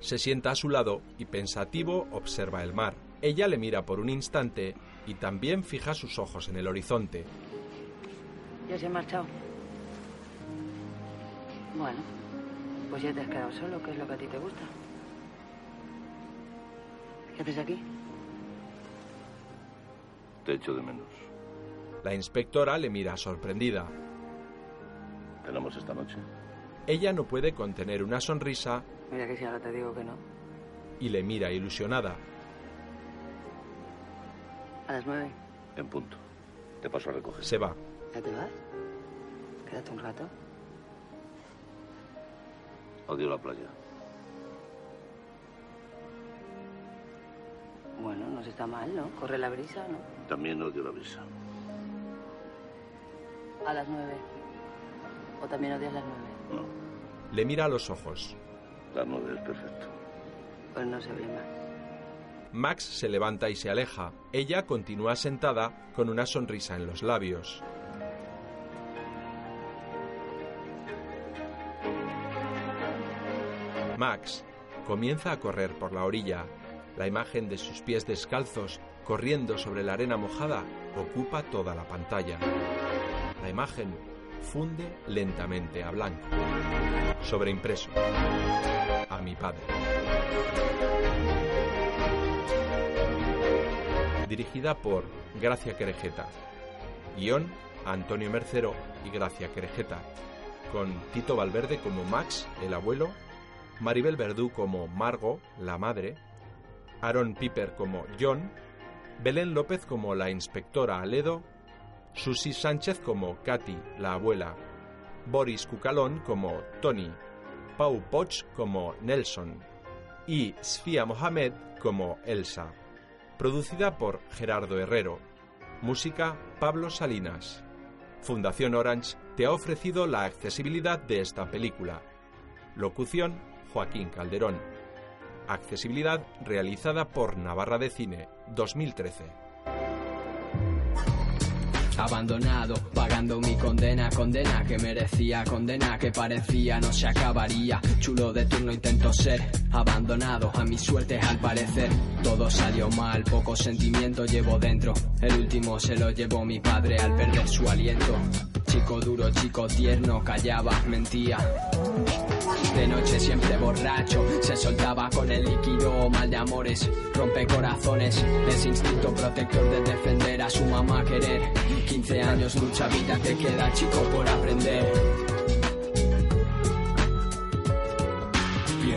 A: Se sienta a su lado y pensativo observa el mar. Ella le mira por un instante y también fija sus ojos en el horizonte.
J: Ya se ha marchado. Bueno, pues ya te has quedado solo, que es lo que a ti te gusta. ¿Qué haces aquí?
I: Te echo de menos.
A: La inspectora le mira sorprendida.
I: ¿Cenamos esta noche?
A: Ella no puede contener una sonrisa
J: Mira que si ahora te digo que no.
A: y le mira ilusionada.
J: A las nueve.
I: En punto. Te paso a recoger.
A: Se va.
J: ¿Ya te vas? Quédate un rato.
I: Odio la playa.
J: Bueno, no se está mal, ¿no? Corre la brisa, ¿no?
I: También odio la brisa.
J: A las nueve. O también odias las nueve.
A: Le mira a los ojos.
I: La nueve es perfecto.
J: Pues no se ve más.
A: Max se levanta y se aleja. Ella continúa sentada con una sonrisa en los labios. Max comienza a correr por la orilla. La imagen de sus pies descalzos corriendo sobre la arena mojada ocupa toda la pantalla. La imagen funde lentamente a blanco. Sobreimpreso. A mi padre. Dirigida por Gracia Querejeta. Guión Antonio Mercero y Gracia Querejeta. Con Tito Valverde como Max, el abuelo. Maribel Verdú como Margo, la madre. Aaron Piper como John. Belén López como la inspectora Aledo. Susi Sánchez como Katy, la abuela. Boris Cucalón como Tony. Pau Poch como Nelson. Y Sfia Mohamed como Elsa. Producida por Gerardo Herrero. Música Pablo Salinas. Fundación Orange te ha ofrecido la accesibilidad de esta película. Locución Joaquín Calderón. Accesibilidad realizada por Navarra de Cine 2013.
O: Abandonado, pagando mi condena, condena que merecía, condena que parecía no se acabaría. Chulo de turno intento ser, abandonado a mi suerte al parecer. Todo salió mal, poco sentimiento llevo dentro. El último se lo llevó mi padre al perder su aliento. Chico duro, chico tierno, callaba, mentía. De noche siempre borracho, se soltaba con el líquido mal de amores, rompe corazones, ese instinto protector de defender a su mamá querer. 15 años, lucha vida, te queda chico por aprender.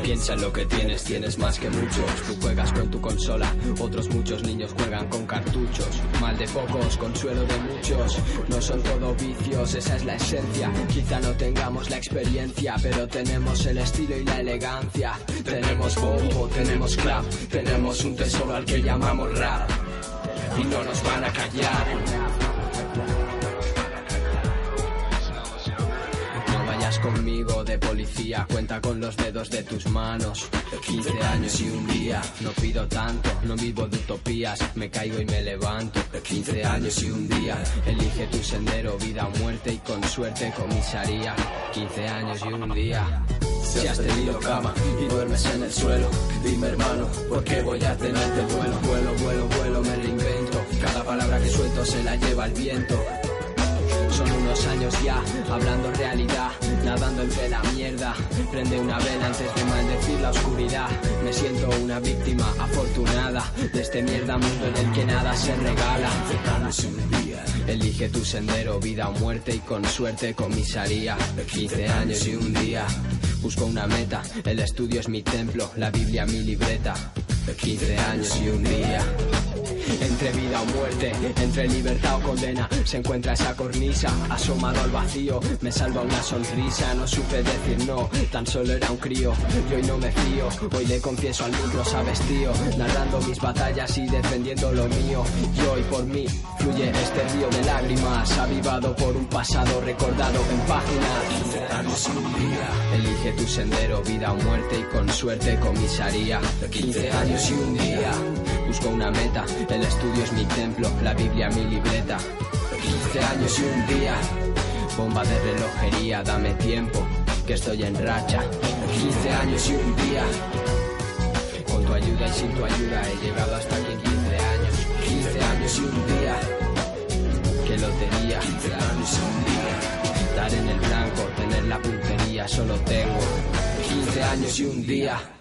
O: Piensa en lo que tienes, tienes más que muchos. Tú juegas con tu consola, otros muchos niños juegan con cartuchos. Mal de pocos, consuelo de muchos. No son todo vicios, esa es la esencia. Quizá no tengamos la experiencia, pero tenemos el estilo y la elegancia. Tenemos bombo, tenemos clap, tenemos un tesoro al que llamamos rap. Y no nos van a callar. No vayas conmigo de policía, cuenta con los dedos de tus manos. 15 años y un día, no pido tanto, no vivo de utopías, me caigo y me levanto. 15 años y un día, elige tu sendero, vida o muerte y con suerte comisaría. 15 años y un día. Si has tenido cama y duermes en el suelo, dime hermano, ¿por qué voy a tenerte vuelo? Vuelo, vuelo, vuelo, me reinvento. Cada palabra que suelto se la lleva el viento. Son unos años ya, hablando realidad, nadando entre la mierda. Prende una vela antes de maldecir la oscuridad. Me siento una víctima afortunada de este mierda mundo en el que nada se regala. Elige tu sendero, vida o muerte y con suerte comisaría. 15 años y un día. Busco una meta, el estudio es mi templo, la Biblia mi libreta. 15 años y un día. Entre vida o muerte, entre libertad o condena, se encuentra esa cornisa, asomado al vacío, me salva una sonrisa, no supe decir no, tan solo era un crío, y hoy no me fío, hoy le confieso al mundo, sabes tío, narrando mis batallas y defendiendo lo mío, y hoy por mí fluye este río de lágrimas, avivado por un pasado recordado en páginas. Elige tu sendero, vida o muerte, y con suerte comisaría, 15 años y un día, busco una meta, el estudio es mi templo, la Biblia mi libreta. 15 años y un día, bomba de relojería, dame tiempo, que estoy en racha. 15 años y un día, con tu ayuda y sin tu ayuda he llegado hasta aquí en 15 años. 15 años y un día, que lotería. 15 años y un día, dar en el blanco, tener la puntería, solo tengo 15 años y un día.